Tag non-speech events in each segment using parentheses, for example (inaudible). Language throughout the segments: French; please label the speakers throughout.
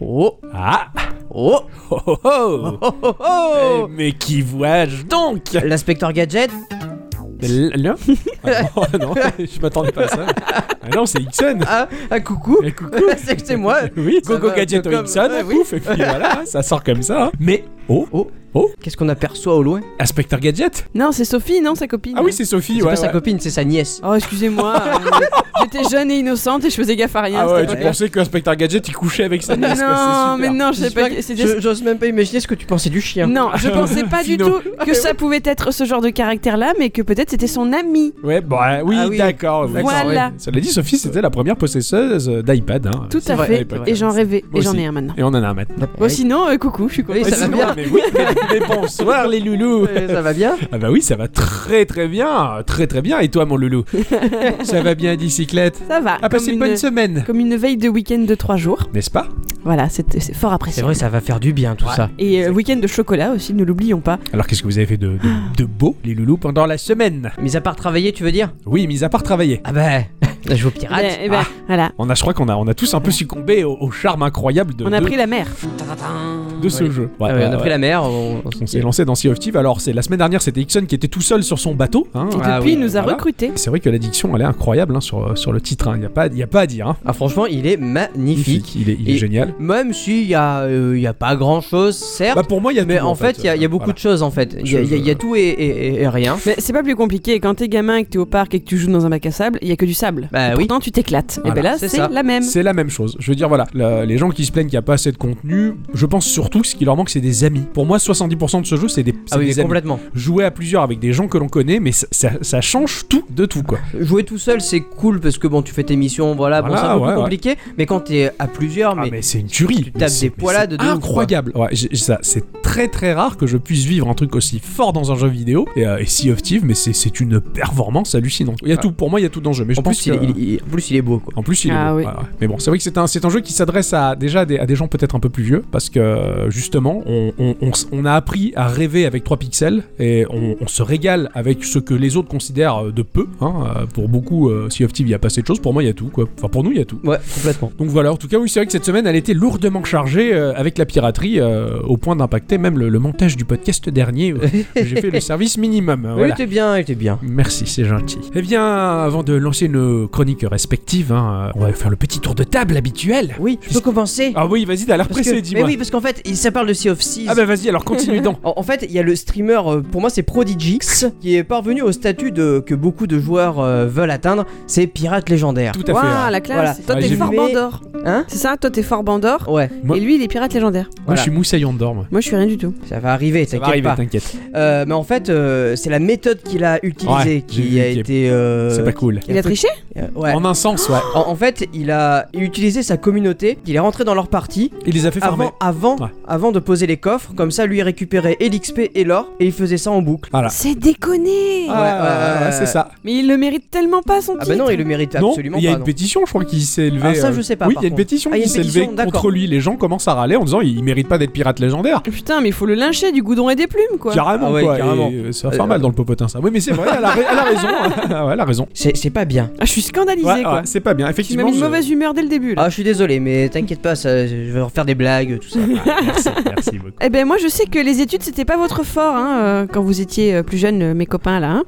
Speaker 1: Oh
Speaker 2: Ah
Speaker 1: Oh
Speaker 2: oh, oh, oh.
Speaker 1: Oh oh oh
Speaker 2: Eh, Mais qui vois-je donc
Speaker 1: L'inspecteur Gadget
Speaker 2: L- Là (laughs) Ah non, ah non, je m'attendais pas à ça. Ah non, c'est
Speaker 1: (laughs)
Speaker 2: Ixon
Speaker 1: Ah, ah coucou
Speaker 2: Eh, (laughs) coucou.
Speaker 1: (laughs) C'est que c'est moi
Speaker 2: Oui,
Speaker 1: Ça
Speaker 2: Coco
Speaker 1: va,
Speaker 2: Gadget
Speaker 1: comme-
Speaker 2: Ixon,
Speaker 1: ouais, oui.
Speaker 2: pouf, et
Speaker 1: (laughs)
Speaker 2: puis voilà, ça sort comme ça. hein. Mais, oh,
Speaker 1: Oh
Speaker 2: Oh.
Speaker 1: Qu'est-ce qu'on aperçoit au loin
Speaker 2: Inspecteur Gadget
Speaker 3: Non, c'est Sophie, non, sa copine.
Speaker 2: Ah oui, c'est Sophie,
Speaker 1: C'est
Speaker 2: ouais.
Speaker 1: pas sa
Speaker 2: ouais.
Speaker 1: copine, c'est sa nièce.
Speaker 3: Oh,
Speaker 2: (laughs)
Speaker 3: excusez-moi. euh, J'étais jeune et innocente et je faisais gaffe à rien.
Speaker 2: Ah
Speaker 3: c'était
Speaker 2: ouais,
Speaker 3: pas
Speaker 2: tu
Speaker 3: grave.
Speaker 2: pensais qu'Inspecteur Gadget il couchait avec sa nièce, quoi,
Speaker 3: Non,
Speaker 2: c'est
Speaker 3: mais
Speaker 2: super.
Speaker 3: non, je sais pas.
Speaker 1: J'espère-
Speaker 3: c'est des-
Speaker 1: Je- J'ose même pas imaginer ce que tu pensais du chien.
Speaker 3: Non, je pensais pas du
Speaker 2: Fino.
Speaker 3: tout que ça pouvait être ce genre de caractère-là, mais que peut-être c'était son ami.
Speaker 2: Ouais, bah oui,
Speaker 1: Ah oui.
Speaker 2: d'accord. d'accord,
Speaker 3: Voilà.
Speaker 2: ouais. Cela dit, Sophie, c'était la première possesseuse euh, d'iPad. hein.
Speaker 3: Tout
Speaker 1: C'est
Speaker 3: à
Speaker 1: vrai,
Speaker 3: fait.
Speaker 1: c'est vrai.
Speaker 3: Et j'en rêvais.
Speaker 2: Moi
Speaker 3: Et j'en
Speaker 2: aussi.
Speaker 3: ai un maintenant.
Speaker 2: Et on en a un maintenant.
Speaker 3: Bon, sinon, euh, coucou, je suis
Speaker 1: Oui,
Speaker 3: contente.
Speaker 1: ça va
Speaker 3: Sinon,
Speaker 1: bien.
Speaker 2: Mais oui, mais, mais
Speaker 1: (laughs)
Speaker 2: bonsoir les loulous.
Speaker 1: Eh, Ça va bien
Speaker 2: Ah bah oui, ça va très très bien, très très bien. Et toi, mon
Speaker 1: (laughs)
Speaker 2: loulou Ça va bien, bicyclette
Speaker 3: Ça va.
Speaker 2: Ah,
Speaker 3: comme,
Speaker 2: passé une
Speaker 3: une,
Speaker 2: bonne semaine,
Speaker 3: comme une veille de week-end de 3 jours.
Speaker 2: n'est-ce pas
Speaker 3: Voilà, c'est c'est fort apprécié.
Speaker 1: ça va faire du bien tout
Speaker 2: Ouais. ça.
Speaker 3: Et euh, week-end de chocolat aussi, ne l'oublions pas.
Speaker 2: Alors, qu'est-ce que vous avez fait de, de- de beau, les loulous, pendant la semaine
Speaker 1: Mis à part travailler, tu veux dire
Speaker 2: Oui, mis à part travailler.
Speaker 1: Ah bah, (laughs) je joue aux
Speaker 2: Ah,
Speaker 1: pirates.
Speaker 3: Eh ben, voilà,
Speaker 2: On a, je crois qu'on a, on a tous un peu succombé au, au charme incroyable de,
Speaker 3: on a
Speaker 2: de-
Speaker 3: pris la mer.
Speaker 2: de ce
Speaker 1: Ouais.
Speaker 2: jeu.
Speaker 1: Ah
Speaker 2: Ouais,
Speaker 1: ouais, on a
Speaker 2: ouais,
Speaker 1: pris
Speaker 2: ouais.
Speaker 1: la mer, on, on
Speaker 2: On s'est lancé dans Sea of Thieves. Alors, c'est la semaine dernière, c'était Ixon qui était tout seul sur son bateau. hein.
Speaker 3: Et depuis,
Speaker 1: Ah oui,
Speaker 3: il nous a
Speaker 2: voilà.
Speaker 3: recrutés.
Speaker 2: C'est vrai que l'addiction, elle est incroyable hein, sur, sur le titre. Il n'y a, pas- y a pas à dire. hein.
Speaker 1: Ah franchement, il est magnifique.
Speaker 2: Il est, il est
Speaker 1: Et-
Speaker 2: génial.
Speaker 1: Même s'il y, a, euh, il y a pas grand chose, certes.
Speaker 2: Bah, pour moi, il y a
Speaker 1: mais
Speaker 2: tout,
Speaker 1: en fait, il y a, il y a beaucoup
Speaker 2: Voilà.
Speaker 1: de choses en fait. Il y, a- il y a- il y a tout et, et- et- et rien.
Speaker 3: Mais c'est pas plus compliqué. Quand t'es gamin et que t'es au parc et que tu joues dans un bac à sable, il y a que du sable.
Speaker 1: Bah
Speaker 3: Et
Speaker 1: oui.
Speaker 3: Pourtant, tu t'éclates. Et
Speaker 1: Voilà,
Speaker 3: ben là,
Speaker 1: c'est
Speaker 3: c'est
Speaker 1: ça.
Speaker 3: la même.
Speaker 2: C'est la même chose. Je veux dire, voilà, la- les gens qui se plaignent qu'il n'y a pas assez de contenu, je pense surtout que ce qui leur manque, c'est des amis. Pour moi, 70% de ce jeu, c'est des, c'est
Speaker 1: Ah oui,
Speaker 2: des amis.
Speaker 1: complètement.
Speaker 2: Jouer à plusieurs avec des gens que l'on connaît, mais ça, ça- ça change tout de tout, quoi.
Speaker 1: Jouer tout seul, c'est cool parce que bon, tu fais tes missions, voilà, bon,
Speaker 2: Voilà,
Speaker 1: c'est un peu
Speaker 2: ouais,
Speaker 1: plus
Speaker 2: ouais.
Speaker 1: compliqué. Mais quand t'es à plusieurs,
Speaker 2: Ah,
Speaker 1: mais,
Speaker 2: mais c'est une tuerie.
Speaker 1: tu
Speaker 2: Mais
Speaker 1: tapes
Speaker 2: c'est-
Speaker 1: des
Speaker 2: mais
Speaker 1: poilades
Speaker 2: c'est
Speaker 1: de ouf, quoi.
Speaker 2: Incroyable. Ouais, j'ai- ça, c'est très très rare que je puisse vivre un truc aussi fort dans un jeu vidéo. Et, euh, et Sea of Thieves, mais c'est- c'est une performance hallucinante. Il y a
Speaker 1: Ouais.
Speaker 2: tout, pour moi, il y a tout dans le jeu. Mais je
Speaker 1: Ah. en,
Speaker 2: pense
Speaker 1: plus, il,
Speaker 2: que-
Speaker 1: il- il- en plus, il est beau quoi.
Speaker 2: En plus, il est
Speaker 3: Ah
Speaker 2: beau.
Speaker 3: oui.
Speaker 2: Ouais, ouais. Mais bon, c'est vrai que c'est un, c'est un jeu qui s'adresse à déjà à des, à des gens peut-être un peu plus vieux, parce que euh, justement, on, on- on s- on a appris à rêver avec 3 pixels, et on, on se régale avec ce que les autres considèrent euh, de peu. hein. Euh, Pour beaucoup, euh, Sea of Thieves, il y a pas assez de choses. Pour moi, il y a tout. Quoi. Enfin, pour nous, il y a tout.
Speaker 1: Ouais, complètement.
Speaker 2: Donc voilà, en tout cas, oui, c'est vrai que cette semaine, elle était lourdement chargée euh, avec la piraterie, euh, au point d'impacter même le, le montage du podcast dernier. euh,
Speaker 1: (laughs)
Speaker 2: J'ai fait le service minimum. hein,
Speaker 1: Mais Il
Speaker 2: voilà.
Speaker 1: était bien, il était bien.
Speaker 2: Merci, c'est gentil. Eh bien, avant de lancer nos chroniques respectives, hein, euh, on va faire le petit tour de table habituel.
Speaker 1: Oui, je peux
Speaker 2: Puisque-
Speaker 1: commencer.
Speaker 2: Ah oui, vas-y, t'as l'air
Speaker 1: Parce que-
Speaker 2: pressé,
Speaker 1: mais
Speaker 2: dis-moi.
Speaker 1: oui, parce qu'en fait, il- ça parle de Sea of Seas.
Speaker 2: Ah bah vas-y, alors
Speaker 1: (laughs)
Speaker 2: continue donc.
Speaker 1: En, en fait, il y a le streamer, euh, pour moi c'est Prodigix, qui est parvenu au statut de, que beaucoup de joueurs euh, veulent atteindre, c'est pirate légendaire.
Speaker 2: Tout à fait. hein.
Speaker 3: Waouh,
Speaker 2: ouais.
Speaker 1: Voilà.
Speaker 3: la classe. Toi,
Speaker 2: Ouais,
Speaker 3: t'es
Speaker 2: j'ai
Speaker 3: fort
Speaker 1: vu.
Speaker 3: Bandor.
Speaker 1: Hein
Speaker 3: C'est ça, toi, t'es fort Bandor.
Speaker 1: Ouais,
Speaker 2: Moi-
Speaker 3: Et lui, il est pirate légendaire.
Speaker 2: Moi, je
Speaker 1: voilà.
Speaker 2: suis Moussaillon d'Orme.
Speaker 3: Moi, je suis rien du tout.
Speaker 1: ça va arriver,
Speaker 2: Ça va
Speaker 1: t'inquiète
Speaker 2: arriver,
Speaker 1: pas.
Speaker 2: t'inquiète.
Speaker 1: Euh, mais en fait, euh, c'est la méthode qu'il a utilisée
Speaker 2: Ouais, j'ai
Speaker 1: qui
Speaker 2: vu,
Speaker 1: a
Speaker 2: qui est-
Speaker 1: été. euh,
Speaker 2: C'est pas cool.
Speaker 1: qui
Speaker 3: Il a triché
Speaker 1: euh, ouais.
Speaker 2: En un sens, ouais.
Speaker 1: En, en fait, il a utilisé sa communauté, il est rentré dans leur partie
Speaker 2: Il les a fait farmer.
Speaker 1: avant, avant,
Speaker 2: Ouais.
Speaker 1: avant de poser les coffres, comme ça lui récupérait et l'XP et l'or, et il faisait ça en boucle.
Speaker 2: Voilà.
Speaker 3: C'est déconné.
Speaker 2: Ah,
Speaker 1: ouais, ouais, ouais.
Speaker 2: c'est ça.
Speaker 3: Mais il le mérite tellement pas son
Speaker 1: Ah
Speaker 3: titre.
Speaker 1: bah non, il le mérite
Speaker 2: non,
Speaker 1: absolument
Speaker 2: il y a
Speaker 1: pas.
Speaker 2: une
Speaker 1: non.
Speaker 2: pétition, je crois, qui s'est élevée.
Speaker 1: Ah, ça,
Speaker 2: euh,
Speaker 1: je sais pas,
Speaker 2: Oui,
Speaker 1: par
Speaker 2: il y a une
Speaker 1: contre.
Speaker 2: pétition
Speaker 1: Ah, il y a
Speaker 2: qui
Speaker 1: une
Speaker 2: s'est élevée
Speaker 1: pétition, d'accord.
Speaker 2: contre lui. Les gens commencent à râler en disant il il mérite pas d'être pirate légendaire.
Speaker 3: Putain, mais il faut le lyncher du goudron et des plumes, quoi.
Speaker 2: Carrément,
Speaker 1: Ah ouais,
Speaker 2: quoi.
Speaker 1: carrément.
Speaker 2: Et, euh, ça va faire
Speaker 1: Euh,
Speaker 2: mal dans le popotin, ça. Oui, mais c'est vrai, elle a, ra- elle a raison. (laughs) Ah ouais, elle a raison.
Speaker 1: C'est c'est pas bien.
Speaker 3: Ah, je suis scandalisé,
Speaker 2: Ouais,
Speaker 3: quoi.
Speaker 2: ouais, euh. c'est pas bien,
Speaker 3: Tu m'as
Speaker 2: effectivement.
Speaker 3: mis une
Speaker 2: je-
Speaker 3: mauvaise humeur dès le début, là.
Speaker 1: Ah, je suis désolé, mais t'inquiète pas, ça, je vais refaire des blagues,
Speaker 2: (laughs)
Speaker 1: tout ça.
Speaker 2: Merci, merci beaucoup.
Speaker 1: Ah.
Speaker 3: Eh ben moi je sais que les études c'était pas votre fort hein, euh, quand vous étiez euh, plus jeune euh, mes copains là. hein.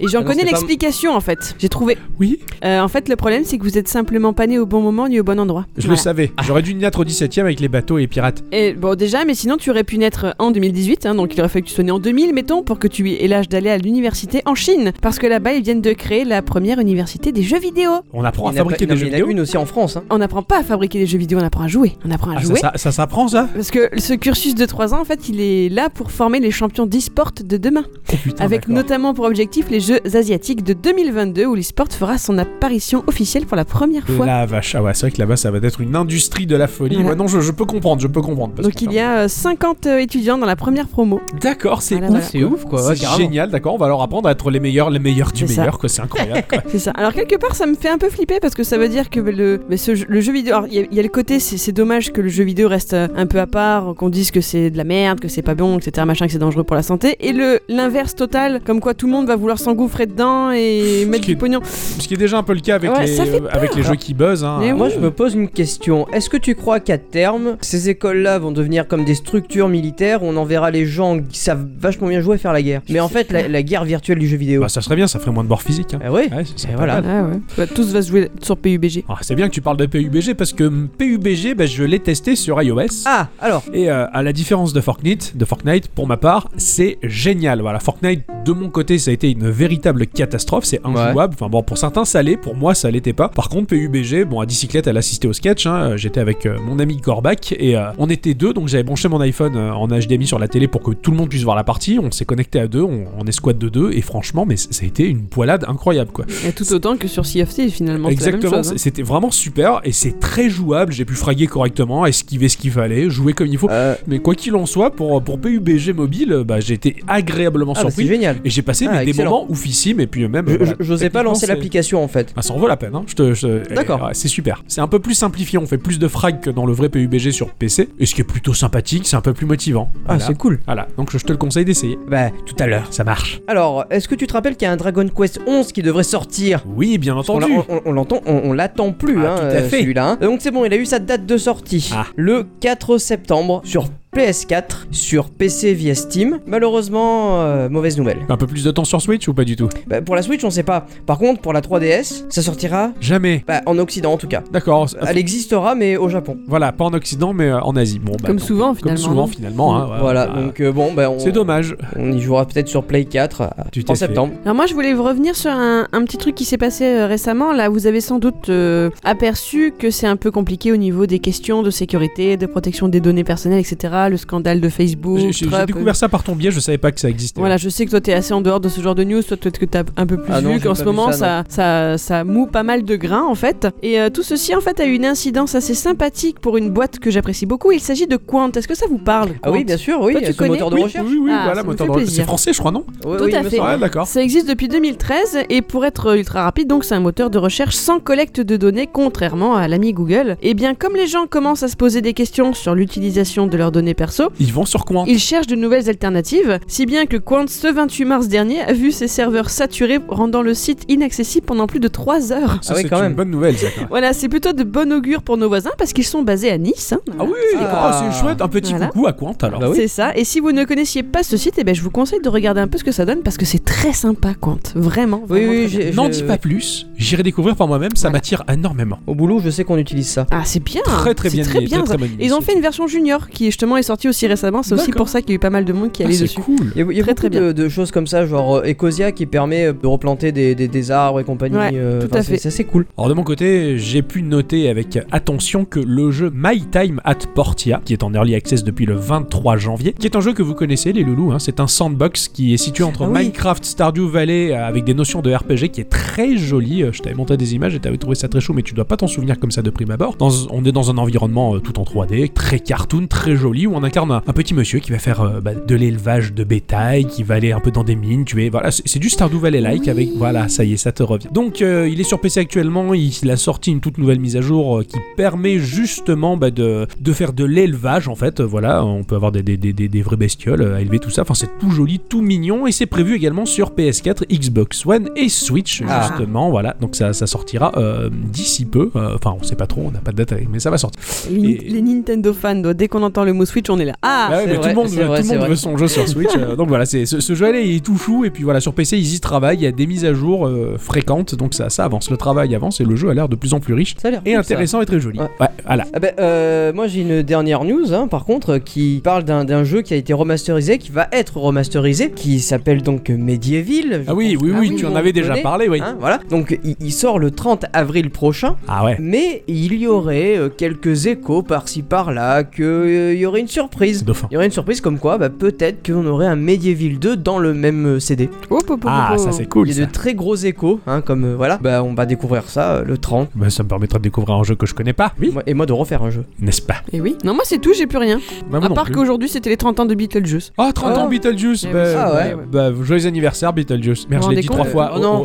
Speaker 3: Et j'en
Speaker 1: Ah non,
Speaker 3: connais
Speaker 1: c'était pas-
Speaker 3: l'explication en fait. J'ai trouvé.
Speaker 2: Oui,
Speaker 3: Euh, en fait le problème c'est que vous êtes simplement pas né au bon moment ni au bon endroit.
Speaker 2: je le
Speaker 3: Voilà. Ah.
Speaker 2: savais. J'aurais dû naître au 17 e avec les bateaux et les pirates.
Speaker 3: Et bon déjà mais sinon tu aurais pu naître euh, en 2018 hein, donc il aurait fallu que tu sois né en 2000 mettons pour que tu aies l'âge d'aller à l'université en Chine parce que là-bas ils viennent de créer la première université des jeux vidéo.
Speaker 2: On apprend à
Speaker 1: Il y en a
Speaker 2: fabriquer
Speaker 1: pas-
Speaker 2: des
Speaker 1: non,
Speaker 2: jeux
Speaker 1: mais Il y en
Speaker 2: vidéo.
Speaker 1: a une aussi en France. Hein.
Speaker 3: On n'apprend pas à fabriquer des jeux vidéo, on apprend à jouer. On apprend à
Speaker 2: Ah, ça,
Speaker 3: jouer.
Speaker 2: ça- ça s'apprend ça
Speaker 3: Parce que ce cursus de 3 ans, en fait, il est là pour former les champions d'e-sport de demain.
Speaker 2: Oh, putain,
Speaker 3: avec
Speaker 2: d'accord.
Speaker 3: notamment pour objectif les Jeux asiatiques de 2022 où l'e-sport fera son apparition officielle pour la première fois.
Speaker 2: La vache, ah ouais, c'est vrai que là-bas ça va être une industrie de la folie.
Speaker 3: Voilà.
Speaker 2: Ouais, non, je, je peux comprendre, je peux comprendre. parce
Speaker 3: Donc
Speaker 2: que-
Speaker 3: il y a euh, 50 euh, étudiant dans la première promo.
Speaker 2: D'accord, c'est
Speaker 3: Voilà,
Speaker 2: ouf.
Speaker 3: voilà.
Speaker 1: C'est ouf quoi, ouais,
Speaker 2: c'est
Speaker 1: carrément.
Speaker 2: génial, d'accord. On va leur apprendre à être les meilleurs, les meilleurs du
Speaker 3: C'est ça.
Speaker 2: meilleur, quoi. C'est
Speaker 3: (laughs)
Speaker 2: incroyable, quoi.
Speaker 3: C'est ça. Alors quelque part, ça me fait un peu flipper parce que ça veut dire que le, mais ce jeu- le jeu vidéo. alors, Il y, a- il y a le côté, c'est c'est dommage que le jeu vidéo reste euh, un peu à part, qu'on dise que c'est de la merde, que c'est pas bon, etc. Machin, que c'est dangereux pour la santé. Et le l'inverse total, comme quoi tout le monde va vouloir s'engouffrer dedans et mettre
Speaker 2: qui est
Speaker 3: du pognon.
Speaker 2: Ce qui est déjà un peu le cas avec
Speaker 3: Ouais,
Speaker 2: les,
Speaker 3: ça fait
Speaker 2: euh, avec les jeux qui buzzent. hein.
Speaker 3: Mais
Speaker 1: Moi, je me pose une question. Est-ce que tu crois qu'à terme, ces écoles-là vont devenir comme des structures militaires où on enverra les gens qui savent vachement bien jouer faire la guerre Mais en fait, la, la guerre virtuelle du jeu vidéo.
Speaker 2: Bah, ça serait bien, ça ferait moins de bord physique. hein.
Speaker 1: Ah ouais
Speaker 2: Ouais, ça serait
Speaker 1: Et
Speaker 2: pas
Speaker 1: voilà.
Speaker 2: mal.
Speaker 3: Ah ouais. Bah, tous va se jouer sur PUBG.
Speaker 2: Ah, c'est bien que tu parles de PUBG parce que hum, PUBG, bah, je l'ai testé sur iOS.
Speaker 1: Ah, alors,
Speaker 2: Et euh, à la différence de Fortnite, de Fortnite, pour ma part, c'est génial. Voilà, Fortnite, de mon côté, ça a été une véritable catastrophe. C'est injouable. Enfin bon, pour certains, ça l'est. Pour moi, ça l'était pas. Par contre, PUBG, bon, à bicyclette, elle assistait au sketch. hein, euh, J'étais avec euh, mon ami Gorbac et euh, on était deux. Donc j'avais branché mon iPhone euh, en HDMI sur la télé pour que tout le monde puisse voir la partie. On s'est connecté à deux, on, on escouade de deux. Et franchement, mais c- ça a été une poilade incroyable, quoi.
Speaker 3: Et tout autant que sur Sea of Thieves, finalement. c'est la même
Speaker 2: Exactement,
Speaker 3: chose, hein.
Speaker 2: c- c'était vraiment super et c'est très jouable. J'ai pu fraguer correctement, esquiver ce qu'il fallait, jouer comme il faut.
Speaker 1: euh,
Speaker 2: Mais quoi qu'il en soit, pour, pour PUBG Mobile, bah, j'ai été agréablement
Speaker 1: ah, bah, c'est
Speaker 2: surpris.
Speaker 1: génial.
Speaker 2: et j'ai passé
Speaker 1: Ah,
Speaker 2: mais, des
Speaker 1: excellent.
Speaker 2: moments oufissimes et puis même.
Speaker 1: Je-
Speaker 2: euh, voilà,
Speaker 1: je- J'osais pas
Speaker 2: techniquement,
Speaker 1: lancer
Speaker 2: c'est-
Speaker 1: l'application en fait.
Speaker 2: Bah, ça en vaut la peine, hein. je te- je te-
Speaker 1: D'accord.
Speaker 2: eh, ouais, c'est super. C'est un peu plus simplifié, on fait plus de frags que dans le vrai PUBG sur PC. Et ce qui est plutôt sympathique, c'est un peu plus motivant.
Speaker 1: Ah,
Speaker 2: Voilà.
Speaker 1: c'est cool.
Speaker 2: Voilà, donc je, je te le conseille d'essayer.
Speaker 1: Bah, tout à l'heure.
Speaker 2: Ça marche.
Speaker 1: Alors, est-ce que tu te rappelles qu'il y a un Dragon Quest 11 qui devrait sortir
Speaker 2: Oui, bien
Speaker 1: On l'a-
Speaker 2: entendu.
Speaker 1: on- on- on l'entend, on, on l'attend plus,
Speaker 2: Ah,
Speaker 1: hein,
Speaker 2: tout à
Speaker 1: euh,
Speaker 2: fait.
Speaker 1: celui-là. hein. Donc c'est bon, il a eu sa date de sortie.
Speaker 2: Ah.
Speaker 1: Le 4 septembre sur PS4, sur PC via Steam. Malheureusement, euh, mauvaise nouvelle.
Speaker 2: Un peu plus de temps sur Switch ou pas du tout
Speaker 1: Bah, pour la Switch, on sait pas. Par contre, pour la 3DS, ça sortira
Speaker 2: Jamais.
Speaker 1: bah, en Occident en tout cas.
Speaker 2: D'accord.
Speaker 1: Elle existera, mais au Japon.
Speaker 2: Voilà, pas en Occident, mais euh, en Asie. Bon, bah,
Speaker 3: Comme
Speaker 2: donc,
Speaker 3: souvent,
Speaker 2: Comme
Speaker 3: finalement.
Speaker 2: souvent, finalement. hein, ouais,
Speaker 1: voilà,
Speaker 2: bah,
Speaker 1: donc euh, bon, bah, on,
Speaker 2: C'est dommage.
Speaker 1: on y jouera peut-être sur Play 4 euh,
Speaker 2: Tu
Speaker 1: en
Speaker 2: t'es fait.
Speaker 1: septembre.
Speaker 3: Alors moi je voulais revenir sur un, un petit truc qui s'est passé euh, récemment. Là vous avez sans doute euh, aperçu que c'est un peu compliqué au niveau des questions de sécurité, de protection des données personnelles, etc. Le scandale de Facebook.
Speaker 2: J'ai- J'ai j'ai
Speaker 3: Trump,
Speaker 2: découvert
Speaker 3: euh,
Speaker 2: ça par ton biais, je savais pas que ça existait.
Speaker 3: Voilà, je sais que toi t'es assez en dehors de ce genre de news, toi peut-être que t'as un peu plus
Speaker 1: Ah non,
Speaker 3: vu
Speaker 1: j'ai
Speaker 3: qu'en
Speaker 1: pas
Speaker 3: ce
Speaker 1: vu
Speaker 3: moment
Speaker 1: ça,
Speaker 3: ça, ça, ça moue pas mal de grains en fait. Et euh, tout ceci en fait a eu une incidence assez sympathique pour une boîte que j'apprécie beaucoup. Il s'agit de Quant. Est-ce que ça vous parle
Speaker 1: Ah oui, bien sûr, oui,
Speaker 3: Toi, tu
Speaker 1: ce
Speaker 3: connais
Speaker 1: moteur de
Speaker 2: oui,
Speaker 1: recherche.
Speaker 2: Oui, oui,
Speaker 3: Ah,
Speaker 2: voilà,
Speaker 3: ça me
Speaker 2: moteur
Speaker 3: fait
Speaker 2: de-
Speaker 3: plaisir.
Speaker 2: C'est français, je crois, non
Speaker 1: Oui,
Speaker 3: Tout
Speaker 1: oui,
Speaker 3: à
Speaker 1: il me
Speaker 3: fait.
Speaker 1: semble.
Speaker 2: Ouais, d'accord.
Speaker 3: Ça existe depuis 2013 et pour être ultra rapide, donc c'est un moteur de recherche sans collecte de données, contrairement à l'ami Google. Et bien, comme les gens commencent à se poser des questions sur l'utilisation de leurs données perso,
Speaker 2: Ils vont sur Coin.
Speaker 3: ils cherchent de nouvelles alternatives, si bien que Quant, ce 28 mars dernier, a vu ses serveurs saturés, rendant le site inaccessible pendant plus de 3 heures.
Speaker 2: Ça,
Speaker 1: Ah oui,
Speaker 2: c'est
Speaker 1: quand
Speaker 2: une
Speaker 1: même.
Speaker 2: bonne nouvelle, ça. quand même.
Speaker 3: Voilà, c'est plutôt de bon augure pour nos voisins parce qu'ils sont basés à Nice. hein.
Speaker 2: Ah oui,
Speaker 1: Ah.
Speaker 2: ah, c'est chouette, un petit
Speaker 3: Voilà.
Speaker 2: coucou à Quant alors.
Speaker 1: Bah oui.
Speaker 3: C'est ça. Et si vous ne connaissiez pas ce site, eh ben, je vous conseille de regarder un peu ce que ça donne parce que c'est très sympa, Quant. Vraiment.
Speaker 1: Oui,
Speaker 3: vraiment
Speaker 1: oui,
Speaker 3: très bien.
Speaker 1: j'ai-
Speaker 2: N'en
Speaker 1: je-
Speaker 2: dis pas plus, j'irai découvrir par moi-même, ça
Speaker 3: Voilà.
Speaker 2: m'attire énormément.
Speaker 1: Au boulot, je sais qu'on utilise ça.
Speaker 3: Ah, c'est bien.
Speaker 2: Très très
Speaker 3: C'est
Speaker 2: bien,
Speaker 3: Très
Speaker 2: lié,
Speaker 3: bien.
Speaker 2: très, très bonne
Speaker 3: Ils ont
Speaker 2: initiative.
Speaker 3: fait
Speaker 2: Ah,
Speaker 3: une version junior qui justement est sortie aussi récemment. C'est aussi
Speaker 2: D'accord.
Speaker 3: pour ça qu'il y a eu pas mal de monde qui
Speaker 2: Ah,
Speaker 3: allait
Speaker 2: C'est
Speaker 3: dessus.
Speaker 2: cool.
Speaker 1: Il y a, il y a
Speaker 3: Très,
Speaker 1: beaucoup
Speaker 3: très bien.
Speaker 1: De, de choses comme ça, genre euh, Ecosia qui permet euh, de replanter des, des- des arbres et compagnie.
Speaker 3: Ouais,
Speaker 1: euh,
Speaker 3: tout
Speaker 1: enfin,
Speaker 3: à
Speaker 1: c'est-
Speaker 3: fait.
Speaker 1: Ça, c'est cool.
Speaker 2: Alors de mon côté, j'ai pu noter avec attention que le jeu My Time at Portia, qui est en early access depuis le 23 janvier, qui est un jeu que vous connaissez les loulous, hein, c'est un sandbox qui est situé entre
Speaker 1: Ah oui.
Speaker 2: Minecraft, Stardew Valley, euh, avec des notions de RPG qui est très joli. Euh, Je t'avais montré des images et t'avais trouvé ça très chaud, mais tu dois pas t'en souvenir comme ça de prime abord. Dans- on est dans un environnement euh, tout en 3D, très cartoon, très joli, où on incarne un, un petit monsieur qui va faire euh, bah, de l'élevage de bétail, qui va aller un peu dans des mines, tu es voilà, c'est c'est du Stardew Valley like
Speaker 3: Oui.
Speaker 2: avec voilà ah, ça y est, ça te revient. Donc, euh, il est sur PC actuellement. Il a sorti une toute nouvelle mise à jour euh, qui permet justement bah, de, de faire de l'élevage en fait. Euh, Voilà, on peut avoir des, des, des, des- des vraies bestioles euh, à élever, tout ça. Enfin, c'est tout joli, tout mignon. Et c'est prévu également sur PS4, Xbox One et Switch,
Speaker 1: Ah.
Speaker 2: justement. Voilà, donc ça, ça sortira euh, d'ici peu. Euh, Enfin, on sait pas trop, on n'a pas de date, mais ça va sortir.
Speaker 3: Les, Ni-
Speaker 2: Et-
Speaker 3: les Nintendo fans, doivent- dès qu'on entend le mot Switch, on est là. Ah,
Speaker 2: Bah ouais,
Speaker 1: c'est
Speaker 2: mais tout
Speaker 1: vrai,
Speaker 2: le monde,
Speaker 1: c'est
Speaker 2: veut,
Speaker 1: vrai,
Speaker 2: tout le
Speaker 1: c'est
Speaker 2: monde
Speaker 1: vrai.
Speaker 2: veut son jeu sur Switch. euh, donc voilà, c'est ce, ce jeu là il est tout chou et puis voilà sur PC ils y travaillent, il y a des mises à jour euh, fréquentes donc ça ça avance, le travail avance et le jeu a l'air de plus en plus riche
Speaker 1: Ça a l'air
Speaker 2: et
Speaker 1: cool, ça.
Speaker 2: intéressant et très joli.
Speaker 1: Ouais.
Speaker 2: Ouais, voilà.
Speaker 1: Ah bah, euh, moi j'ai une dernière news hein, par contre qui parle d'un d'un jeu qui a été remasterisé, qui va être remasterisé, qui s'appelle donc Medieval. je
Speaker 2: Ah oui,
Speaker 1: pense.
Speaker 2: oui,
Speaker 3: Ah
Speaker 2: oui,
Speaker 3: oui,
Speaker 2: tu en
Speaker 1: on
Speaker 2: avais
Speaker 1: le
Speaker 2: déjà
Speaker 1: connaît,
Speaker 2: parlé, oui.
Speaker 1: Hein, voilà. Donc il, il sort le 30 avril prochain,
Speaker 2: Ah ouais.
Speaker 1: mais il y aurait euh, quelques échos par-ci par-là, qu'il y aurait une surprise.
Speaker 2: Dauphin.
Speaker 1: Il y aurait une surprise comme quoi, bah, peut-être qu'on aurait un Medieval 2 dans le même euh, CD.
Speaker 3: Oh, po, po, po,
Speaker 2: Ah,
Speaker 3: po.
Speaker 2: ça c'est cool.
Speaker 1: Il y a
Speaker 2: Ça.
Speaker 1: de très gros échos, hein, comme euh, voilà. Bah, on va découvrir ça euh, le 30.
Speaker 2: Bah, ça me permettra de découvrir un jeu que je connais pas. Oui,
Speaker 1: Moi- Et moi de refaire un jeu.
Speaker 2: n'est-ce pas
Speaker 3: Et Eh oui. Non, moi c'est tout, j'ai plus rien.
Speaker 2: Bah, moi
Speaker 3: à
Speaker 2: non
Speaker 3: part
Speaker 2: plus.
Speaker 3: qu'aujourd'hui c'était les 30 ans de Beetlejuice.
Speaker 2: Oh, 30 ans
Speaker 1: Ah.
Speaker 2: Beetlejuice
Speaker 3: Eh
Speaker 2: bah,
Speaker 3: oui, c'est
Speaker 1: vrai,
Speaker 2: ouais, bah, joyeux anniversaire Beetlejuice. Merde,
Speaker 3: Vous
Speaker 2: je
Speaker 3: vous
Speaker 2: l'ai dit
Speaker 3: rendez
Speaker 2: trois fois.
Speaker 1: compte Oh, non.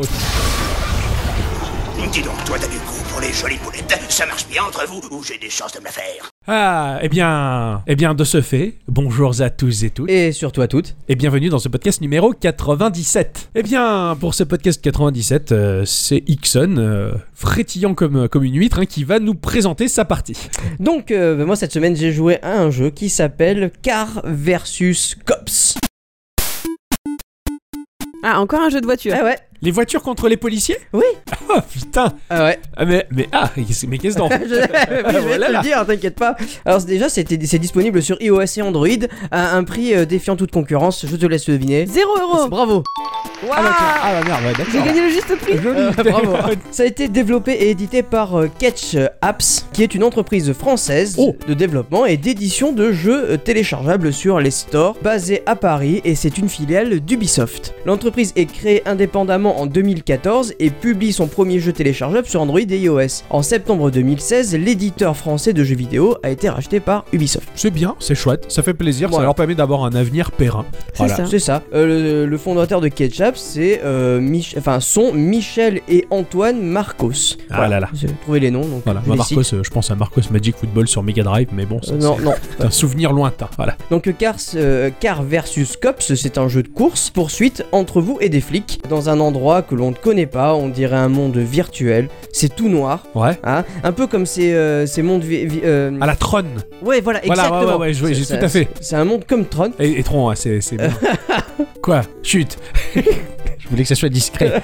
Speaker 4: Dis donc, toi, t'as du goût pour les jolies boulettes. Ça marche bien entre vous ou j'ai des chances de me la faire
Speaker 2: Ah, eh bien, eh bien, de ce fait, bonjour à tous et toutes,
Speaker 1: Et surtout à toutes.
Speaker 2: et bienvenue dans ce podcast numéro 97. Eh bien, pour ce podcast 97, euh, c'est Ixon, euh, frétillant comme, comme une huître, hein, qui va nous présenter sa partie.
Speaker 1: Donc, euh, bah, moi cette semaine, j'ai joué à un jeu qui s'appelle Car versus Cops.
Speaker 3: Ah, encore un jeu de voiture.
Speaker 1: Ah ouais.
Speaker 2: Les voitures contre les policiers
Speaker 1: Oui.
Speaker 2: (laughs) Ah, putain
Speaker 1: Ah ouais.
Speaker 2: ah, mais, mais, ah, (laughs) mais qu'est-ce d'en
Speaker 1: (laughs) je, oui, je vais te
Speaker 2: Voilà.
Speaker 1: le dire, t'inquiète pas. Alors c'est- déjà, c'était- c'est disponible sur iOS et Android à un prix euh, défiant toute concurrence. Je te laisse deviner.
Speaker 3: 0 euros.
Speaker 1: Bravo.
Speaker 2: Ah, bah, tiens. Ah, bah, merde, ouais,
Speaker 3: J'ai
Speaker 2: d'accord.
Speaker 3: gagné le juste prix.
Speaker 2: Joli.
Speaker 1: Euh, bravo. Ça a été développé et édité par euh, Catch Apps, qui est une entreprise française
Speaker 2: Oh.
Speaker 1: de développement et d'édition de jeux euh, téléchargeables sur les stores, basée à Paris et c'est une filiale d'Ubisoft. L'entreprise est créée indépendamment en 2014 et publie son premier jeu téléchargeable sur Android et iOS. En septembre 2016, l'éditeur français de jeux vidéo a été racheté par Ubisoft.
Speaker 2: C'est bien, c'est chouette, ça fait plaisir, ça
Speaker 1: Voilà.
Speaker 2: leur permet d'avoir un avenir périn.
Speaker 3: C'est
Speaker 2: Voilà.
Speaker 3: ça.
Speaker 1: C'est ça. Euh, le, le fondateur de Ketchup, c'est euh, Mich- enfin sont Michel et Antoine Marcos.
Speaker 2: Ah là là.
Speaker 1: J'ai trouvé les noms. Donc
Speaker 2: Voilà,
Speaker 1: je
Speaker 2: moi,
Speaker 1: les cite.
Speaker 2: Marcos, euh, je pense à Marcos Magic Football sur Mega Drive, mais bon, ça,
Speaker 1: Euh, non,
Speaker 2: c'est
Speaker 1: non.
Speaker 2: un souvenir lointain. Voilà.
Speaker 1: Donc euh, Cars, euh, Car versus Cops, c'est un jeu de course poursuite entre vous et des flics dans un endroit que l'on ne connaît pas. On dirait un monde virtuel. C'est tout noir.
Speaker 2: Ouais.
Speaker 1: Hein un peu comme ces, euh, ces mondes. vi- vi- euh,
Speaker 2: À la Tron.
Speaker 1: Ouais, voilà,
Speaker 2: Ah Voilà,
Speaker 1: exactement.
Speaker 2: ouais, ouais, ouais, je vois, j'ai
Speaker 1: C'est-
Speaker 2: tout à
Speaker 1: c'est-
Speaker 2: fait.
Speaker 1: C'est un monde comme Tron.
Speaker 2: Et, et Tron, ouais, c'est c'est
Speaker 1: (laughs)
Speaker 2: bien. Quoi Chut Je voulais que ça soit discret.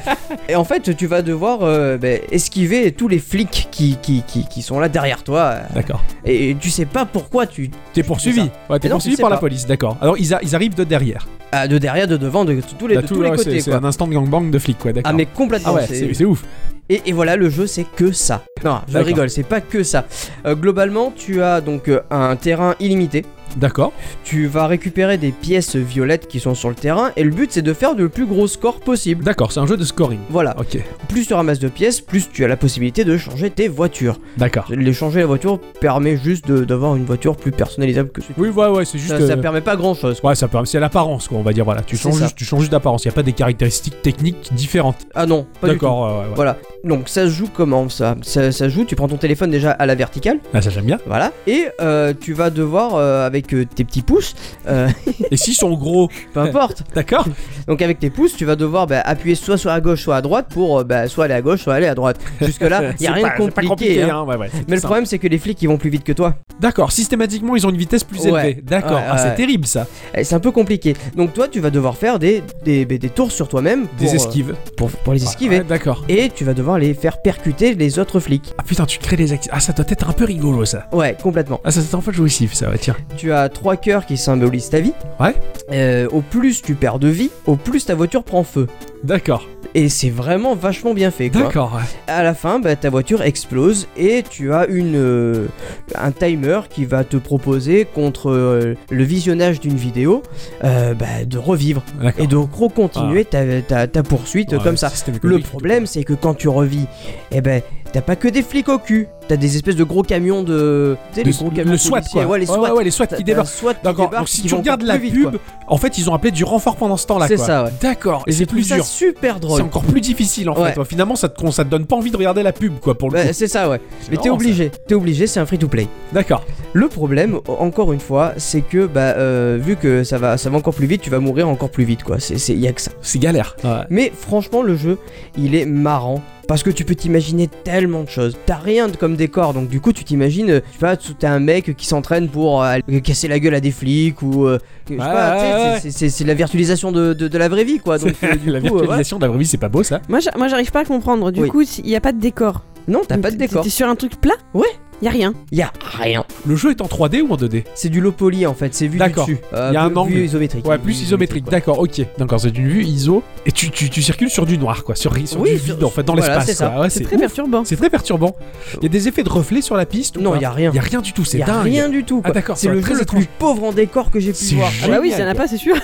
Speaker 1: Et en fait, tu vas devoir euh, bah, esquiver tous les flics qui, qui, qui, qui sont là derrière toi. euh,
Speaker 2: D'accord.
Speaker 1: Et tu sais pas pourquoi tu.
Speaker 2: T'es poursuivi.
Speaker 1: C'est
Speaker 2: Ouais, t'es
Speaker 1: Mais non,
Speaker 2: poursuivi
Speaker 1: tu sais
Speaker 2: par la
Speaker 1: pas.
Speaker 2: police, d'accord. Alors, ils, a- ils arrivent de derrière.
Speaker 1: Ah, de derrière, de devant, de, de tous les,
Speaker 2: T'as
Speaker 1: de
Speaker 2: Bah, tout-
Speaker 1: tous les
Speaker 2: ouais,
Speaker 1: côtés
Speaker 2: c'est c'est
Speaker 1: quoi.
Speaker 2: un instant de gangbang de flics, quoi, d'accord.
Speaker 1: Ah, mais complètement.
Speaker 2: Ah ouais,
Speaker 1: c'est-
Speaker 2: c'est c'est ouf.
Speaker 1: et, et voilà, le jeu, c'est que ça. Non, je
Speaker 2: D'accord.
Speaker 1: rigole, c'est pas que ça. Euh, globalement, tu as donc euh, un terrain illimité.
Speaker 2: D'accord.
Speaker 1: Tu vas récupérer des pièces violettes qui sont sur le terrain. Et le but, c'est de faire le plus gros score possible.
Speaker 2: D'accord, c'est un jeu de scoring.
Speaker 1: Voilà,
Speaker 2: Ok,
Speaker 1: plus tu ramasses de pièces, plus tu as la possibilité de changer tes voitures.
Speaker 2: d'accord.
Speaker 1: Les changer la voiture permet juste de- d'avoir une voiture plus personnalisable que ce
Speaker 2: Oui, ouais, ouais, c'est juste.
Speaker 1: ça, ça
Speaker 2: euh,
Speaker 1: permet pas grand chose.
Speaker 2: Ouais, ça peut... c'est l'apparence, quoi, on va dire. Voilà, tu
Speaker 1: C'est
Speaker 2: changes
Speaker 1: ça.
Speaker 2: juste, tu changes juste d'apparence. Il n'y a pas des caractéristiques techniques différentes.
Speaker 1: Ah non, pas du tout.
Speaker 2: D'accord, ouais, ouais, ouais.
Speaker 1: Voilà. Donc ça se joue comment ça, ça Ça se joue, tu prends ton téléphone déjà à la verticale,
Speaker 2: Ah, ça, j'aime bien.
Speaker 1: voilà, et euh, tu vas devoir, euh, avec euh, tes petits pouces, euh,
Speaker 2: Et s'ils sont gros, (laughs)
Speaker 1: peu importe,
Speaker 2: d'accord
Speaker 1: donc avec tes pouces, tu vas devoir bah, appuyer soit soit à gauche, soit à droite pour euh, bah, soit aller à gauche, soit aller
Speaker 2: (laughs)
Speaker 1: à droite. Jusque-là, il
Speaker 2: C'est
Speaker 1: a rien
Speaker 2: pas-
Speaker 1: de
Speaker 2: c'est pas
Speaker 1: compliqué. hein.
Speaker 2: hein, ouais, ouais, c'est tout
Speaker 1: Mais le
Speaker 2: simple.
Speaker 1: problème, c'est que les flics, ils vont plus vite que toi.
Speaker 2: D'accord, systématiquement, ils ont une vitesse plus
Speaker 1: Ouais.
Speaker 2: élevée. D'accord,
Speaker 1: Ouais,
Speaker 2: ah, c'est
Speaker 1: ouais.
Speaker 2: terrible ça.
Speaker 1: Eh, C'est un peu compliqué. Donc toi, tu vas devoir faire des, des, bah, des- des tours sur toi-même pour,
Speaker 2: Des
Speaker 1: euh,
Speaker 2: esquives. Ah,
Speaker 1: pour, pour les hein. esquiver.
Speaker 2: Ouais, D'accord.
Speaker 1: Et tu vas devoir les faire percuter les autres flics.
Speaker 2: Ah putain, tu crées des acti- Ah, ça doit être un peu rigolo ça.
Speaker 1: Ouais, complètement.
Speaker 2: Ah, ça doit être un peu jouissif ça, ouais, tiens.
Speaker 1: Tu as trois cœurs qui symbolisent ta vie.
Speaker 2: Ouais.
Speaker 1: Euh, au plus tu perds de vie, au plus ta voiture prend feu.
Speaker 2: D'accord,
Speaker 1: Et c'est vraiment vachement bien fait. Quoi.
Speaker 2: d'accord. ouais.
Speaker 1: À la fin, bah, ta voiture explose et tu as une euh, un timer qui va te proposer contre euh, le visionnage d'une vidéo euh, bah, de revivre
Speaker 2: D'accord.
Speaker 1: et de continuer ta, ta- ta poursuite
Speaker 2: Ouais,
Speaker 1: comme ça.
Speaker 2: système
Speaker 1: Le
Speaker 2: économique,
Speaker 1: problème, c'est que quand tu revis, eh ben, t'as pas que des flics au cul. T'as des espèces de gros camions de. Tu sais,
Speaker 2: plutôt.
Speaker 1: les gros camions
Speaker 2: le SWAT
Speaker 1: policiers.
Speaker 2: quoi.
Speaker 1: Ouais, les
Speaker 2: Ouais,
Speaker 1: SWAT.
Speaker 2: ouais, ouais, les SWAT
Speaker 1: T'as-
Speaker 2: qui
Speaker 1: t'as un
Speaker 2: débarquent.
Speaker 1: SWAT qui
Speaker 2: D'accord,
Speaker 1: débarque,
Speaker 2: donc si
Speaker 1: qui
Speaker 2: tu
Speaker 1: vont
Speaker 2: regardes
Speaker 1: plus
Speaker 2: la
Speaker 1: vite,
Speaker 2: pub,
Speaker 1: quoi.
Speaker 2: en fait, ils ont appelé du renfort pendant ce temps-là
Speaker 1: C'est
Speaker 2: quoi.
Speaker 1: ça, ouais.
Speaker 2: D'accord, et
Speaker 1: Et
Speaker 2: c'est
Speaker 1: j'ai
Speaker 2: plus
Speaker 1: plus ça
Speaker 2: dur.
Speaker 1: super
Speaker 2: C'est
Speaker 1: drôle.
Speaker 2: encore plus difficile en
Speaker 1: Ouais.
Speaker 2: fait. ouais. Finalement, ça te, con- ça te donne pas envie de regarder la pub quoi pour le
Speaker 1: Bah,
Speaker 2: coup.
Speaker 1: c'est ça, ouais.
Speaker 2: C'est
Speaker 1: Mais t'es
Speaker 2: marrant,
Speaker 1: obligé. T'es obligé, c'est un free to play.
Speaker 2: ça. D'accord.
Speaker 1: Le problème, o- encore une fois, c'est que, bah, euh, vu que ça va, ça va encore plus vite, tu vas mourir encore plus vite, quoi. C'est, c'est, y a que ça.
Speaker 2: C'est galère. Ouais.
Speaker 1: Mais franchement, le jeu, il est marrant. Parce que tu peux t'imaginer tellement de choses. T'as rien de comme décor, donc du coup tu t'imagines, euh, je sais pas, t'as un mec qui s'entraîne pour euh, aller casser la gueule à des flics ou. euh, je sais
Speaker 2: Ouais,
Speaker 1: pas, tu sais,
Speaker 2: ouais,
Speaker 1: c'est-
Speaker 2: ouais.
Speaker 1: c'est, c'est- c'est la virtualisation de, de- de la vraie vie quoi. Donc, euh, du
Speaker 2: (laughs) La
Speaker 1: coup, euh, voilà.
Speaker 2: virtualisation de la vraie vie, c'est pas beau ça
Speaker 3: Moi, j'a- moi, j'arrive pas à comprendre. Du
Speaker 1: Oui.
Speaker 3: coup, il n'y a pas de décor.
Speaker 1: Non, t'as pas de
Speaker 3: T'es-
Speaker 1: décor.
Speaker 3: T'es sur un truc plat
Speaker 1: Ouais.
Speaker 3: Y a rien.
Speaker 1: Y a rien.
Speaker 2: Le jeu est en 3D ou en 2D
Speaker 1: C'est du low poly en fait, c'est vu du
Speaker 2: D'accord.
Speaker 1: dessus. Euh,
Speaker 2: Y a un
Speaker 1: vue-
Speaker 2: angle.
Speaker 1: vue isométrique.
Speaker 2: Ouais, plus isométrique,
Speaker 1: ouais.
Speaker 2: d'accord, ok. D'accord, c'est une vue ISO. Et tu, tu, tu circules sur du noir, quoi, sur, sur
Speaker 1: Oui,
Speaker 2: du
Speaker 1: sur-
Speaker 2: vide, en fait, dans
Speaker 1: voilà,
Speaker 2: l'espace.
Speaker 1: c'est ça.
Speaker 2: quoi. Ouais,
Speaker 3: C'est
Speaker 2: c'est
Speaker 3: très
Speaker 2: ouf.
Speaker 3: perturbant.
Speaker 2: C'est très perturbant. Il y a des effets de reflets sur la piste ou
Speaker 1: Non,
Speaker 2: pas
Speaker 1: y a rien.
Speaker 2: Y a rien du tout, c'est
Speaker 1: Y a
Speaker 2: dingue.
Speaker 1: rien du tout.
Speaker 2: Ah,
Speaker 1: quoi.
Speaker 2: d'accord,
Speaker 1: c'est
Speaker 2: ça
Speaker 1: le
Speaker 2: va très
Speaker 1: jeu le plus
Speaker 2: étrange.
Speaker 1: pauvre en décor que j'ai pu
Speaker 2: C'est
Speaker 1: voir.
Speaker 3: Ah bah oui, ça
Speaker 1: Génial,
Speaker 3: n'a
Speaker 1: quoi.
Speaker 3: pas, c'est sûr.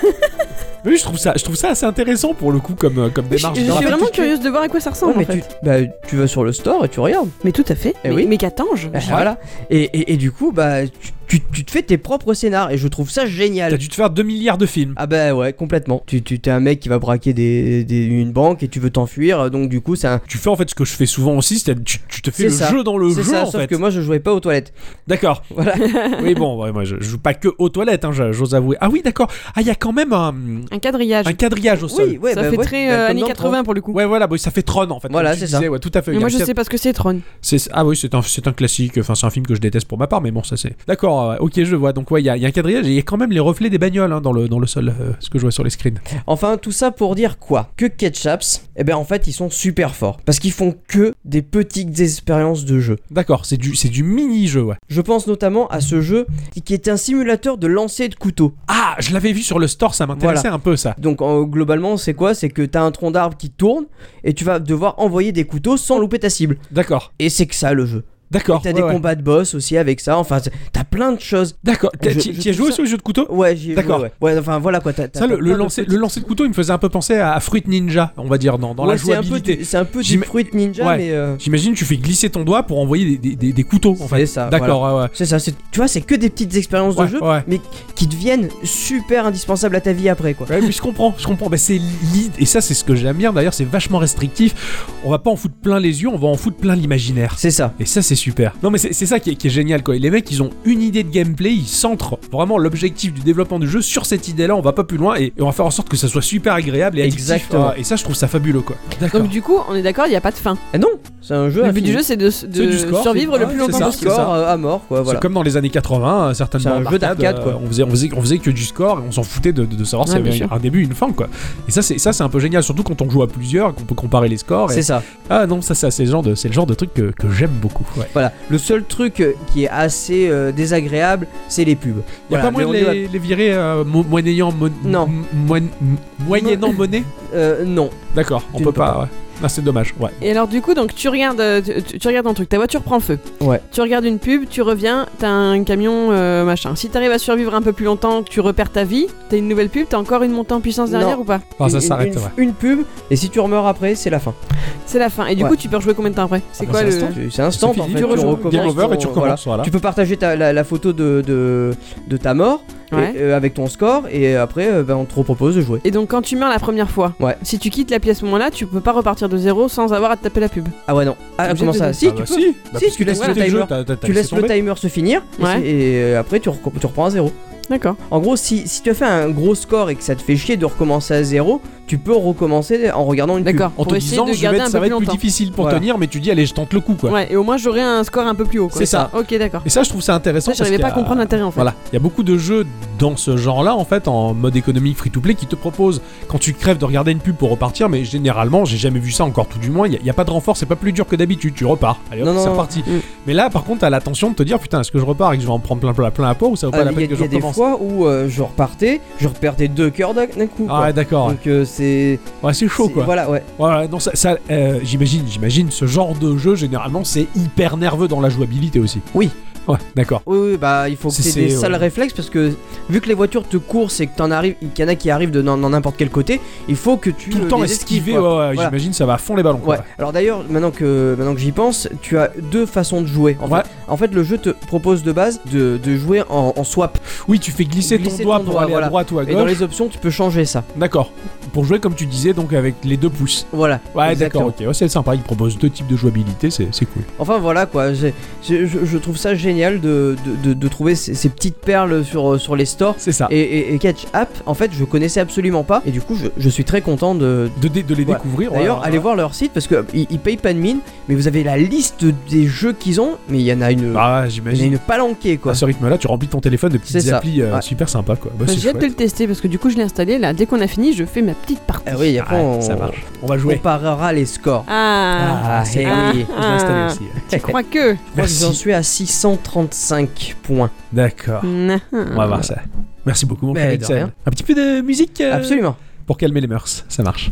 Speaker 2: Oui, je trouve ça, je trouve ça assez intéressant pour le coup comme, euh, comme
Speaker 3: Je, je
Speaker 2: démarche.
Speaker 3: suis
Speaker 2: Dans la-
Speaker 1: rappelle
Speaker 3: vraiment
Speaker 1: tout de
Speaker 3: curieuse de voir à quoi ça ressemble
Speaker 1: Ouais, mais
Speaker 3: en fait.
Speaker 1: tu, bah, tu vas sur le store et tu regardes.
Speaker 3: Mais tout à fait.
Speaker 1: Eh
Speaker 3: mais
Speaker 1: oui.
Speaker 3: mais qu'attends-je
Speaker 1: Bah, Voilà. Et, et- et du coup, bah, tu, tu- tu te fais tes propres scénars et je trouve ça
Speaker 2: T'as
Speaker 1: génial.
Speaker 2: dû te faire 2 milliards de films.
Speaker 1: Ah bah ouais, complètement. Tu, tu t'es un mec qui va braquer des, des- une banque et tu veux t'enfuir, donc du coup c'est un...
Speaker 2: Tu fais en fait ce que je fais souvent aussi, c'est-à-dire tu, tu te fais
Speaker 1: C'est
Speaker 2: le
Speaker 1: ça.
Speaker 2: jeu dans le
Speaker 1: C'est
Speaker 2: jeu
Speaker 1: ça,
Speaker 2: en
Speaker 1: sauf
Speaker 2: fait.
Speaker 1: que moi je jouais pas aux toilettes.
Speaker 2: D'accord.
Speaker 1: (laughs) Voilà.
Speaker 2: oui, bon, ouais, moi je, je joue pas que aux toilettes, hein, j'a- j'ose avouer. Ah oui, d'accord. Ah, il y a quand même un,
Speaker 3: Un quadrillage.
Speaker 2: un quadrillage au
Speaker 1: Ah, Oui,
Speaker 2: sol.
Speaker 1: ouais,
Speaker 3: ça
Speaker 1: bah
Speaker 3: fait
Speaker 1: ouais,
Speaker 3: très
Speaker 1: bah,
Speaker 3: euh,
Speaker 1: comme
Speaker 3: années
Speaker 1: dans
Speaker 3: 80 pour le coup.
Speaker 2: Ouais, voilà, bon, ça fait Tron en fait.
Speaker 1: Voilà,
Speaker 2: comme tu
Speaker 1: c'est ça.
Speaker 2: disais, ouais, tout à fait.
Speaker 3: Mais
Speaker 2: Il y a
Speaker 3: moi
Speaker 2: un
Speaker 3: je
Speaker 2: quad-
Speaker 3: sais pas ce que c'est Tron.
Speaker 2: C'est- Ah oui, c'est un, c'est un classique, enfin c'est un film que je déteste pour ma part, mais bon, ça c'est. D'accord, euh, ok, je vois. Donc, ouais, il y, a- il y a un quadrillage et il y a quand même les reflets des bagnoles hein, dans, le, dans le sol, euh, ce que je vois sur les screens.
Speaker 1: Enfin, tout ça pour dire quoi Que Ketchups, eh ben en fait, ils sont super forts. Parce qu'ils font que des petites expériences de jeu.
Speaker 2: D'accord, c'est du, c'est du mini-jeu, ouais.
Speaker 1: Je pense notamment à ce jeu qui- qui est un simulateur de lancer de couteau.
Speaker 2: Ah, je l'avais vu sur le store, ça m'intéressait un peu ça.
Speaker 1: Donc en- globalement, c'est quoi C'est que t'as un tronc d'arbre qui tourne et tu vas devoir envoyer des couteaux sans louper ta cible.
Speaker 2: D'accord,
Speaker 1: Et c'est que ça le jeu.
Speaker 2: d'accord.
Speaker 1: T'as
Speaker 2: ouais,
Speaker 1: des
Speaker 2: ouais.
Speaker 1: combats de boss aussi avec ça. Enfin, c'est- t'as plein de choses.
Speaker 2: D'accord, t'as-
Speaker 1: Je-
Speaker 2: t'y
Speaker 1: je
Speaker 2: t'y as
Speaker 1: trouve
Speaker 2: joué
Speaker 1: ça-
Speaker 2: sur le jeu de couteau
Speaker 1: Ouais, j'y ai joué,
Speaker 2: D'accord.
Speaker 1: Ouais. ouais, enfin voilà quoi. t'as- t'as
Speaker 2: Ça, le,
Speaker 1: plein
Speaker 2: le
Speaker 1: de
Speaker 2: lancer,
Speaker 1: petites-
Speaker 2: le lancer de couteau, il me faisait un peu penser à, à Fruit Ninja, on va dire, dans, dans la
Speaker 1: Ouais, c'est un peu
Speaker 2: jouabilité.
Speaker 1: du- C'est un peu du
Speaker 2: J'im-
Speaker 1: Fruit Ninja,
Speaker 2: Ouais.
Speaker 1: mais. euh,
Speaker 2: J'imagine, tu fais glisser ton doigt pour envoyer des, des- des- des couteaux, en fait.
Speaker 1: C'est ça. voilà.
Speaker 2: D'accord, ouais, ouais.
Speaker 1: C'est ça, c'est- tu vois, c'est que des petites expériences
Speaker 2: Ouais,
Speaker 1: de jeu
Speaker 2: ouais.
Speaker 1: qui deviennent super indispensables à ta vie après quoi.
Speaker 2: Ouais, Eh, mais je comprends, je comprends. Bah, c'est l'idée, et ça, c'est ce que j'aime bien. D'ailleurs, c'est vachement restrictif. On va pas en foutre plein les yeux, on va en foutre plein l'imaginaire.
Speaker 1: C'est ça.
Speaker 2: Et ça, c'est super. Non, mais c'est c'est ça qui est, qui est génial, quoi. Et les mecs, ils ont une idée de gameplay, ils centrent vraiment l'objectif du développement du jeu sur cette idée-là. On va pas plus loin et, et on va faire en sorte que ça soit super agréable et addictif.
Speaker 1: Exactement.
Speaker 2: Ah, Et ça, je trouve ça fabuleux, quoi. D'accord.
Speaker 3: Donc du coup, on est d'accord, il n'y a pas de fin.
Speaker 1: Ah non, c'est un jeu.
Speaker 3: Le
Speaker 1: à
Speaker 3: but du
Speaker 1: fini.
Speaker 3: jeu, c'est de, de
Speaker 2: du score,
Speaker 3: survivre
Speaker 2: c'est-
Speaker 3: le
Speaker 2: ouais,
Speaker 3: plus
Speaker 2: c'est
Speaker 1: c'est
Speaker 3: longtemps
Speaker 1: un
Speaker 2: ça,
Speaker 3: possible.
Speaker 1: score
Speaker 2: ça.
Speaker 1: euh, à mort quoi. Voilà.
Speaker 2: C'est comme dans les années 80, euh, certainement.
Speaker 1: C'est un
Speaker 2: en
Speaker 1: jeu d'arcade,
Speaker 2: euh,
Speaker 1: quoi.
Speaker 2: on, faisait, on, faisait, on faisait que du score et on s'en foutait de, de- de savoir
Speaker 3: Ouais,
Speaker 2: s'il y
Speaker 3: bien
Speaker 2: avait un,
Speaker 3: sûr.
Speaker 2: un début, une fin, quoi. Et ça, c'est ça, c'est un peu génial, surtout quand on joue à plusieurs, qu'on peut comparer les scores. et-
Speaker 1: C'est ça.
Speaker 2: Ah non, ça, ça c'est le genre de, c'est le genre de truc que, que j'aime beaucoup. Ouais.
Speaker 1: Voilà. Le seul truc euh, qui est assez euh, désagréable, c'est les pubs.
Speaker 2: Y a
Speaker 1: Voilà,
Speaker 2: pas moyen de
Speaker 1: mais on y
Speaker 2: les, les virer euh, mo- moyennant mon-
Speaker 1: Non.
Speaker 2: m- moine- m- moyennant monnaie
Speaker 1: va- euh, non.
Speaker 2: D'accord, on
Speaker 1: Tu
Speaker 2: peut
Speaker 1: ne peux
Speaker 2: pas. ouais. Ah, c'est dommage. Ouais.
Speaker 3: Et alors du coup, donc tu regardes, euh, tu, tu- tu regardes un truc, ta voiture prend le feu.
Speaker 1: Ouais.
Speaker 3: Tu regardes une pub, tu reviens, t'as un camion, euh, machin. Si t'arrives à survivre un peu plus longtemps, que tu repères ta vie, t'as une nouvelle pub, t'as encore une montée en puissance
Speaker 1: Non.
Speaker 3: derrière ou pas
Speaker 2: Enfin, Ah, ça
Speaker 1: Une-
Speaker 2: s'arrête.
Speaker 1: Une,
Speaker 2: Ouais.
Speaker 1: une pub et si tu meurs après, c'est la fin.
Speaker 3: C'est la fin. Et du
Speaker 1: Ouais.
Speaker 3: coup, tu peux rejouer combien de temps après C'est
Speaker 2: Ah
Speaker 3: quoi
Speaker 2: bah,
Speaker 3: le
Speaker 2: c'est
Speaker 1: Tu- C'est instant.
Speaker 2: C'est
Speaker 1: En
Speaker 2: fini,
Speaker 1: fait,
Speaker 3: tu
Speaker 1: tu
Speaker 3: rejoues.
Speaker 1: recommences.
Speaker 2: Game over et tu
Speaker 1: ton- voilà.
Speaker 2: recommences. Voilà.
Speaker 1: Tu peux partager ta- la, la photo de, de, de ta mort et-
Speaker 3: Ouais.
Speaker 1: euh, avec ton score et après euh, ben, on te propose de jouer.
Speaker 3: Et donc quand tu meurs la première fois,
Speaker 1: Ouais.
Speaker 3: si tu quittes la pièce à ce moment-là, tu peux pas repartir de zéro sans avoir à te taper la pub.
Speaker 1: Ah ouais non. Ah
Speaker 3: Obligé
Speaker 1: comment
Speaker 3: de-
Speaker 1: ça
Speaker 3: Ah
Speaker 1: Si
Speaker 2: Ah
Speaker 1: tu
Speaker 2: bah
Speaker 1: peux.
Speaker 2: si, bah,
Speaker 1: Si,
Speaker 2: parce
Speaker 1: tu
Speaker 2: que
Speaker 1: laisses
Speaker 2: t'as
Speaker 1: le
Speaker 2: quitté
Speaker 1: timer.
Speaker 2: t'as- t'as- t'as
Speaker 1: tu laisses
Speaker 2: laissé
Speaker 1: le
Speaker 2: tomber.
Speaker 1: timer se finir et
Speaker 3: Ouais.
Speaker 1: c'est- et, euh, après tu, re- tu reprends à zéro.
Speaker 3: D'accord.
Speaker 1: En gros, si, si tu as fait un gros score et que ça te fait chier de recommencer à zéro, tu peux recommencer en regardant une pub.
Speaker 3: D'accord.
Speaker 2: En
Speaker 3: Pour
Speaker 2: te
Speaker 3: essayer
Speaker 2: disant,
Speaker 3: de
Speaker 2: je vais
Speaker 3: garder
Speaker 2: être-
Speaker 3: un
Speaker 2: ça
Speaker 3: peu
Speaker 2: va
Speaker 3: plus
Speaker 2: être plus
Speaker 3: longtemps.
Speaker 2: difficile pour
Speaker 1: Voilà.
Speaker 2: tenir, mais tu dis, allez, je tente le coup, quoi.
Speaker 3: Ouais. Et au moins j'aurai un score un peu plus haut. quoi.
Speaker 2: C'est ça.
Speaker 3: Ok, d'accord.
Speaker 2: Et ça, je trouve ça intéressant.
Speaker 3: Ça,
Speaker 2: parce
Speaker 3: j'arrivais
Speaker 2: qu'il
Speaker 3: pas
Speaker 2: y
Speaker 3: à
Speaker 2: a-
Speaker 3: comprendre l'intérêt en fait.
Speaker 2: Voilà, il y a beaucoup de jeux dans ce genre-là, en fait, en mode économique free-to-play, qui te proposent, quand tu crèves, de regarder une pub pour repartir, mais généralement, j'ai jamais vu ça encore, tout du moins, il n'y a, pas de renfort, c'est pas plus dur que d'habitude, tu repars, allez hop,
Speaker 1: Non, non,
Speaker 2: c'est
Speaker 1: non.
Speaker 2: reparti.
Speaker 3: Mm.
Speaker 2: Mais là, par contre, t'as la tension de te dire, putain, est-ce que je repars et que je vais en prendre plein, plein, plein la peau, ou ça vaut
Speaker 1: Ah,
Speaker 2: pas la
Speaker 1: Il y a,
Speaker 2: peine que
Speaker 1: il
Speaker 2: je
Speaker 1: y a des
Speaker 2: recommence
Speaker 1: fois où euh, je repartais, je repartais deux cœurs d'un d'un coup.
Speaker 2: Ah
Speaker 1: quoi.
Speaker 2: ouais, d'accord, ouais,
Speaker 1: Donc euh, c'est
Speaker 2: Ouais, c'est chaud,
Speaker 1: c'est-
Speaker 2: quoi.
Speaker 1: Voilà, ouais.
Speaker 2: Ouais, non, ça, ça, euh, j'imagine, j'imagine, ce genre de jeu, généralement, c'est hyper nerveux dans la jouabilité aussi.
Speaker 1: Oui.
Speaker 2: Ouais, d'accord.
Speaker 1: Oui, oui, bah il faut que
Speaker 2: C'est-
Speaker 1: t'aies des
Speaker 2: c'est- ouais.
Speaker 1: sales réflexes parce que vu que les voitures te courent et que t'en arrives, qu'il y en a qui arrivent de dans dans n'importe quel côté, il faut que tu
Speaker 2: Tout le
Speaker 1: euh,
Speaker 2: temps
Speaker 1: les esquives,
Speaker 2: esquiver,
Speaker 1: quoi.
Speaker 2: ouais, ouais,
Speaker 1: Voilà.
Speaker 2: j'imagine, ça va à fond les ballons, quoi.
Speaker 1: Ouais. Alors d'ailleurs, maintenant que maintenant que j'y pense, tu as deux façons de jouer. En,
Speaker 2: Ouais.
Speaker 1: fait. en fait, le jeu te propose de base de, de jouer en, en swap.
Speaker 2: Oui, tu fais glisser,
Speaker 1: Glisser
Speaker 2: ton doigt
Speaker 1: ton
Speaker 2: pour
Speaker 1: doigt,
Speaker 2: aller
Speaker 1: voilà.
Speaker 2: à droite ou à
Speaker 1: Et dans
Speaker 2: gauche.
Speaker 1: les options, tu peux changer ça.
Speaker 2: D'accord. Pour jouer comme tu disais, donc avec les deux pouces.
Speaker 1: Voilà.
Speaker 2: Ouais,
Speaker 1: Exactement.
Speaker 2: d'accord, ok. Ouais, c'est sympa. Il propose deux types de jouabilité, c'est c'est cool.
Speaker 1: Enfin voilà quoi, j'ai- je, je- je trouve ça génial de, de, de- de trouver ces, ces petites perles sur, euh, sur les stores.
Speaker 2: C'est ça.
Speaker 1: Et, et- et Catch App, en fait, je connaissais absolument pas. Et du coup, je, je suis très content de.
Speaker 2: de, dé- de les
Speaker 1: Ouais.
Speaker 2: découvrir.
Speaker 1: D'ailleurs,
Speaker 2: ouais,
Speaker 1: allez
Speaker 2: ouais.
Speaker 1: voir leur site parce qu'ils ils payent pas de mine, mais vous avez la liste des jeux qu'ils ont, mais il y en a une,
Speaker 2: Ah, ouais,
Speaker 1: il y en a
Speaker 2: j'imagine.
Speaker 1: une palanquée quoi.
Speaker 2: À ce rythme-là, tu remplis ton téléphone de
Speaker 1: C'est
Speaker 2: petites
Speaker 1: ça.
Speaker 2: applis euh,
Speaker 1: Ouais.
Speaker 2: super sympa quoi. Bah, c'est
Speaker 3: J'ai hâte de
Speaker 2: chouette.
Speaker 3: le tester parce que du coup je l'ai installé là. Dès qu'on a fini, je fais ma petite partie.
Speaker 1: Ah oui, après
Speaker 2: Ouais,
Speaker 1: on,
Speaker 2: ça marche. On va
Speaker 1: on
Speaker 2: jouer.
Speaker 1: comparera les scores.
Speaker 3: Ah,
Speaker 1: Ah,
Speaker 2: c'est
Speaker 1: eh
Speaker 2: cool.
Speaker 1: oui.
Speaker 2: Je l'ai installé aussi. (laughs)
Speaker 3: tu crois que
Speaker 1: Je crois que j'en suis à 635 points.
Speaker 2: D'accord. On va voir ça. Merci beaucoup mon
Speaker 1: Mais
Speaker 2: cher
Speaker 1: Bah, de
Speaker 2: Ixon.
Speaker 1: rien.
Speaker 2: Un petit peu de musique euh,
Speaker 1: Absolument.
Speaker 2: pour calmer les mœurs, ça marche.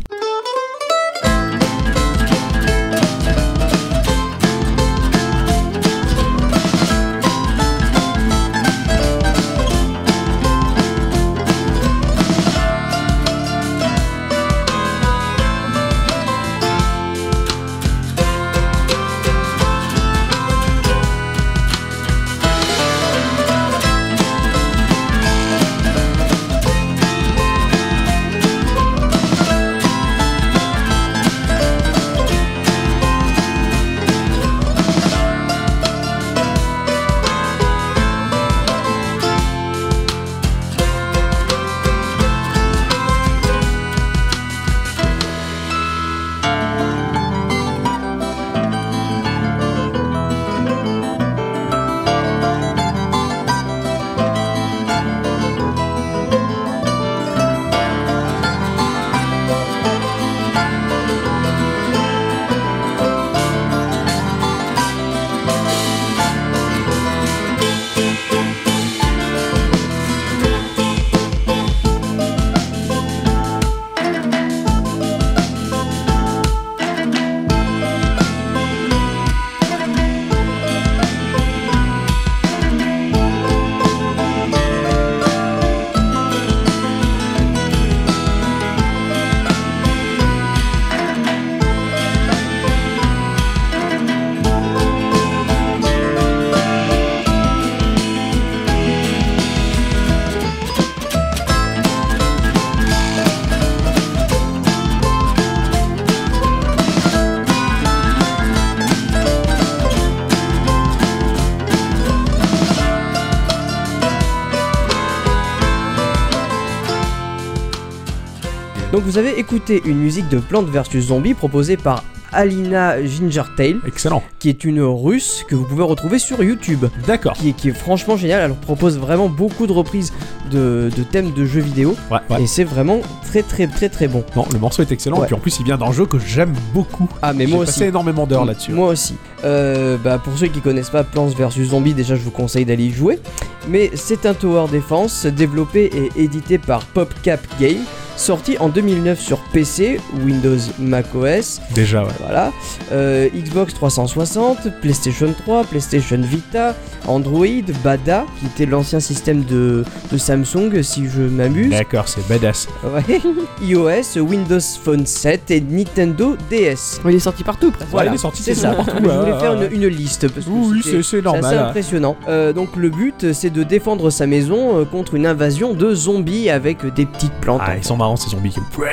Speaker 1: Donc vous avez écouté une musique de Plante vs Zombie proposée par Alina Gingertail,
Speaker 2: Excellent.
Speaker 1: qui est une russe que vous pouvez retrouver sur YouTube.
Speaker 2: D'accord.
Speaker 1: Qui est, qui est franchement géniale, elle propose vraiment beaucoup de reprises de, de thèmes de jeux vidéo
Speaker 2: Ouais, ouais.
Speaker 1: et c'est vraiment très très très très bon.
Speaker 2: Non, le morceau est excellent.
Speaker 1: Ouais.
Speaker 2: Et puis en plus, il vient d'un jeu que j'aime beaucoup.
Speaker 1: Ah mais
Speaker 2: J'ai
Speaker 1: moi
Speaker 2: passé
Speaker 1: aussi.
Speaker 2: énormément d'heures là-dessus.
Speaker 1: Mm.
Speaker 2: hein.
Speaker 1: Moi aussi. Euh, bah, pour ceux qui connaissent pas Plants vs Zombies, déjà je vous conseille d'aller y jouer. Mais c'est un tower defense développé et édité par PopCap Game, sorti en 2009 sur PC, Windows, Mac OS,
Speaker 2: Déjà, ouais.
Speaker 1: voilà, euh, Xbox 360, PlayStation 3, PlayStation Vita, Android, Bada, qui était l'ancien système de, de Samsung, si je m'amuse,
Speaker 2: D'accord, c'est badass.
Speaker 1: Ouais. (laughs) iOS, Windows Phone 7 et Nintendo DS.
Speaker 3: Il est sorti partout presque.
Speaker 2: Ouais, il est sorti
Speaker 1: C'est ça.
Speaker 2: quasiment partout,
Speaker 1: Je
Speaker 2: ouais,
Speaker 1: voulais
Speaker 2: ouais,
Speaker 1: faire
Speaker 2: ouais.
Speaker 1: une, une liste parce que
Speaker 2: Oui, c'est- c'est
Speaker 1: c'était- C'est assez
Speaker 2: normal. hein.
Speaker 1: impressionnant. Euh, donc le but, c'est de défendre sa maison euh, contre une invasion de zombies avec des petites plantes.
Speaker 2: Ah, ils sont marrants ces zombies. Brains.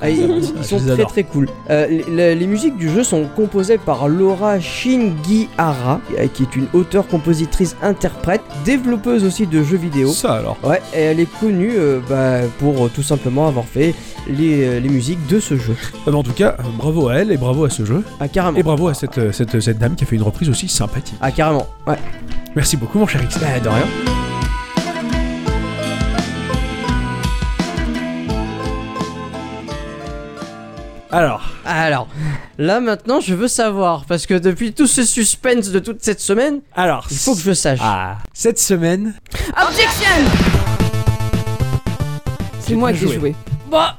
Speaker 1: Ah, ils,
Speaker 2: (laughs) Ah,
Speaker 1: ils
Speaker 2: je
Speaker 1: sont
Speaker 2: les
Speaker 1: très
Speaker 2: adore.
Speaker 1: très cool. Euh, les- les, les musiques du jeu sont composées par Laura Shingihara, euh, qui est une auteure, compositrice, interprète, développeuse aussi de jeux vidéo.
Speaker 2: Ça alors.
Speaker 1: Ouais, et elle est connue euh, bah, pour euh, tout simplement avoir fait les, euh, les musiques de ce jeu.
Speaker 2: Ah, mais en tout cas, euh, bravo à elle et bravo à ce jeu.
Speaker 1: Ah carrément.
Speaker 2: Et bravo à cette, euh, cette, cette dame qui a fait une reprise aussi sympathique.
Speaker 1: Ah carrément. Ouais.
Speaker 2: Merci beaucoup, mon cher X.
Speaker 1: Bah, de rien.
Speaker 2: Alors,
Speaker 1: Alors, là maintenant, je veux savoir, parce que depuis tout ce suspense de toute cette semaine,
Speaker 2: alors.
Speaker 1: il faut que je sache.
Speaker 2: Ah, cette semaine.
Speaker 3: Objection
Speaker 2: J'ai
Speaker 3: C'est moi
Speaker 2: pas
Speaker 3: qui ai
Speaker 2: joué.
Speaker 3: joué.
Speaker 1: Bah,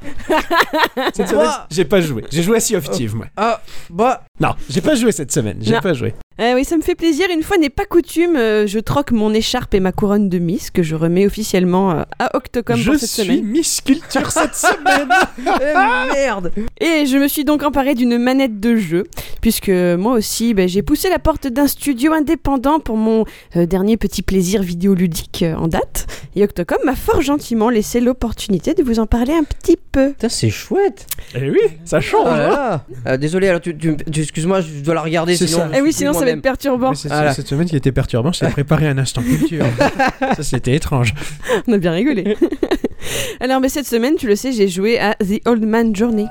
Speaker 2: Cette semaine,
Speaker 1: Moi.
Speaker 2: j'ai pas joué. J'ai joué à Sea of Thieves, moi.
Speaker 1: ah, (laughs) bah,
Speaker 2: Non, j'ai pas joué cette semaine. J'ai
Speaker 3: Non.
Speaker 2: pas joué.
Speaker 3: Eh oui, ça me fait plaisir. Une fois n'est pas coutume, euh, je troque mon écharpe et ma couronne de Miss que je remets officiellement euh, à Octocom
Speaker 2: je
Speaker 3: pour cette
Speaker 2: suis
Speaker 3: semaine.
Speaker 2: Miss Culture cette semaine.
Speaker 1: eh, merde.
Speaker 3: Et je me suis donc emparée d'une manette de jeu, puisque moi aussi, ben, j'ai poussé la porte d'un studio indépendant pour mon euh, dernier petit plaisir vidéoludique euh, en date. Et Octocom m'a fort gentiment laissé l'opportunité de vous en parler un petit peu.
Speaker 1: Putain, c'est chouette.
Speaker 2: Eh oui, ça change.
Speaker 1: Oh là
Speaker 2: hein.
Speaker 1: là. Euh, désolé, alors tu, tu- tu- excuse-moi, je dois la regarder
Speaker 2: C'est
Speaker 1: sinon.
Speaker 2: ça.
Speaker 1: je
Speaker 3: Eh oui,
Speaker 1: suis plus
Speaker 3: sinon
Speaker 1: quand
Speaker 3: ça va être
Speaker 1: même.
Speaker 3: perturbant.
Speaker 5: Mais c'est-
Speaker 1: Voilà.
Speaker 5: Cette semaine qui était perturbante, j'ai préparé un
Speaker 2: (laughs)
Speaker 5: instant culture. ça, c'était étrange.
Speaker 3: (laughs) On a bien rigolé. (laughs) Alors, mais cette semaine, tu le sais, j'ai joué à The Old Man Journey.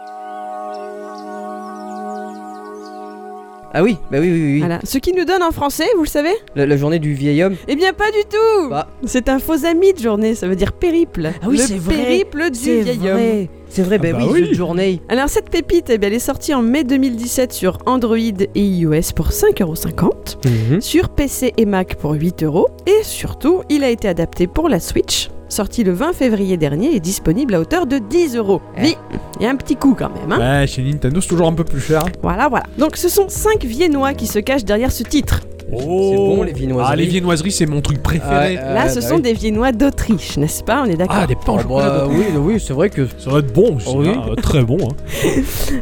Speaker 1: Ah oui, bah oui, oui, oui. oui.
Speaker 3: Voilà. Ce qui nous donne en français, vous le savez
Speaker 1: La, la journée du vieil homme.
Speaker 3: Eh bien, pas du tout
Speaker 1: Bah.
Speaker 3: C'est un faux ami de journée, ça veut dire périple.
Speaker 1: Ah oui,
Speaker 3: Le
Speaker 1: c'est vrai.
Speaker 3: périple du
Speaker 1: C'est
Speaker 3: vieil homme.
Speaker 1: vrai. C'est vrai, bah,
Speaker 5: Ah bah
Speaker 1: oui,
Speaker 5: oui.
Speaker 1: cette journée.
Speaker 3: Alors cette pépite, eh bien, elle est sortie en mai 2017 sur Android et iOS pour 5,50€,
Speaker 2: Mhm.
Speaker 1: Mmh.
Speaker 3: sur PC et Mac pour 8€, et surtout, il a été adapté pour la Switch, sorti le 20 février dernier et disponible à hauteur de 10€.
Speaker 1: Eh.
Speaker 3: Oui, il y a un petit coup quand même. hein.
Speaker 5: Ouais, chez Nintendo, c'est toujours un peu plus cher.
Speaker 3: Voilà, voilà. Donc ce sont 5 Viennois qui se cachent derrière ce titre.
Speaker 2: Oh.
Speaker 1: C'est bon, les viennoiseries.
Speaker 2: Ah, les viennoiseries, c'est mon truc préféré.
Speaker 1: Ah,
Speaker 2: Ah,
Speaker 1: ouais,
Speaker 3: Là,
Speaker 1: ah,
Speaker 3: ce
Speaker 1: bah
Speaker 3: sont
Speaker 1: oui.
Speaker 3: des euh, Viennois d'Autriche, n'est-ce pas On est d'accord.
Speaker 2: des pains au
Speaker 1: Ah bah,
Speaker 2: chocolat.
Speaker 1: oui, oui, c'est vrai que.
Speaker 2: Ça va être bon, aussi,
Speaker 1: Oui.
Speaker 2: hein, très bon. hein.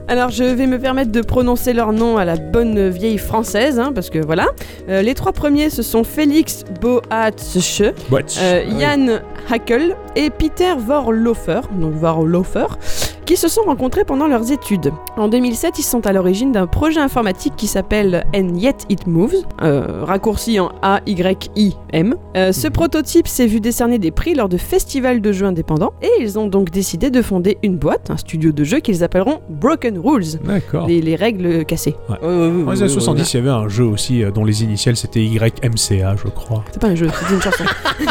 Speaker 3: Alors je vais me permettre de prononcer leur nom à la bonne vieille française, hein, parce que voilà. Euh, les trois premiers, ce sont Félix Boatsche,
Speaker 2: Ouais.
Speaker 3: euh,
Speaker 1: oui.
Speaker 3: Yann Hackel et Peter Vorlofer, donc Vorlofer, qui se sont rencontrés pendant leurs études. En 2007, ils sont à l'origine d'un projet informatique qui s'appelle And Yet It Moves, euh, raccourci en A-Y-I-M. Euh, ce prototype s'est vu décerner des prix lors de festivals de jeux indépendants et ils ont donc décidé de fonder une boîte, un studio de jeux qu'ils appelleront Broken Rules,
Speaker 2: D'accord.
Speaker 3: les- les règles cassées.
Speaker 1: Oui, oui, oui,
Speaker 2: Dans
Speaker 1: oui,
Speaker 2: les
Speaker 1: oui,
Speaker 2: années 70, il y avait un jeu aussi euh, dont les initiales c'était YMCA, je crois.
Speaker 3: C'est pas un jeu, c'est une chanson.
Speaker 1: oui.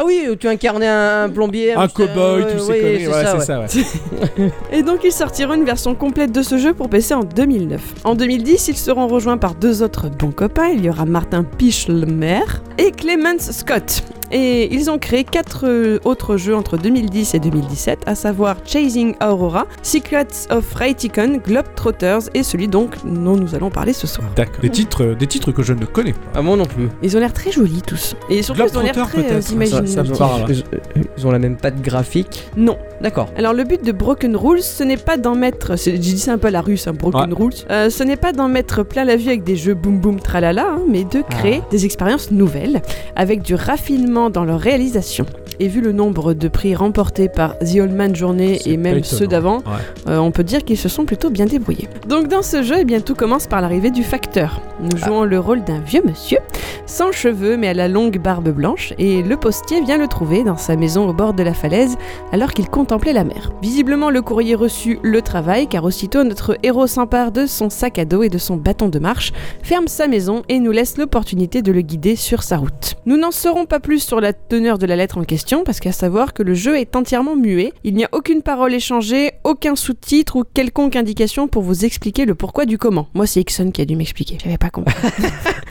Speaker 1: Ah oui, tu incarnais un, un plombier.
Speaker 2: Un
Speaker 1: moustache,
Speaker 2: cowboy,
Speaker 1: Ah, ouais,
Speaker 2: tous ces
Speaker 1: ouais,
Speaker 2: conneries,
Speaker 1: c'est ça,
Speaker 2: ouais,
Speaker 1: ouais.
Speaker 2: c'est ça, ouais.
Speaker 3: Et donc ils sortiront une version complète de ce jeu pour PC en 2009. En 2010, ils seront rejoints par deux autres bons copains. Il y aura Martin Pichlemer et Clemens Scott. Et ils ont créé quatre euh, autres jeux entre 2010 et 2017, à savoir Chasing Aurora, Secrets of Rayticon, Globetrotters et celui donc dont nous allons parler ce soir.
Speaker 2: D'accord. Des titres, euh, des titres que je ne connais pas.
Speaker 1: Ah, moi non plus.
Speaker 3: Ils ont l'air très jolis tous. Et surtout ils ont l'air
Speaker 2: Globetrotter,
Speaker 3: très euh,
Speaker 2: peut-être,
Speaker 3: imaginatifs.
Speaker 2: ça me parle.
Speaker 1: Ils, ils ont la même patte graphique.
Speaker 3: Non,
Speaker 1: D'accord.
Speaker 3: Alors le but de Broken Rules, ce n'est pas d'en mettre, c'est- j'ai dit ça un peu à la russe, hein, Broken Rules, Euh, ce n'est pas d'en mettre plein la vue avec des jeux boum boum tralala, hein, mais de
Speaker 2: Ah.
Speaker 3: créer des expériences nouvelles, avec du raffinement dans leur réalisation. Et vu le nombre de prix remportés par The Old Man Journée
Speaker 2: C'est
Speaker 3: et même
Speaker 2: pas
Speaker 3: ceux d'avant,
Speaker 2: étonnant. Ouais.
Speaker 3: euh, on peut dire qu'ils se sont plutôt bien débrouillés. Donc dans ce jeu, eh bien, tout commence par l'arrivée du facteur. Nous jouons le rôle d'un vieux monsieur, sans cheveux mais à la longue barbe blanche, et le postier vient le trouver dans sa maison au bord de la falaise alors qu'il contemplait la mer. Visiblement, le courrier reçut le travail, car aussitôt notre héros s'empare de son sac à dos et de son bâton de marche, ferme sa maison et nous laisse l'opportunité de le guider sur sa route. Nous n'en saurons pas plus sur la teneur de la lettre en question, parce qu'à savoir que le jeu est entièrement muet, il n'y a aucune parole échangée, aucun sous-titre ou quelconque indication pour vous expliquer le pourquoi du comment. Moi, c'est Ixon qui a dû m'expliquer, j'avais pas compris.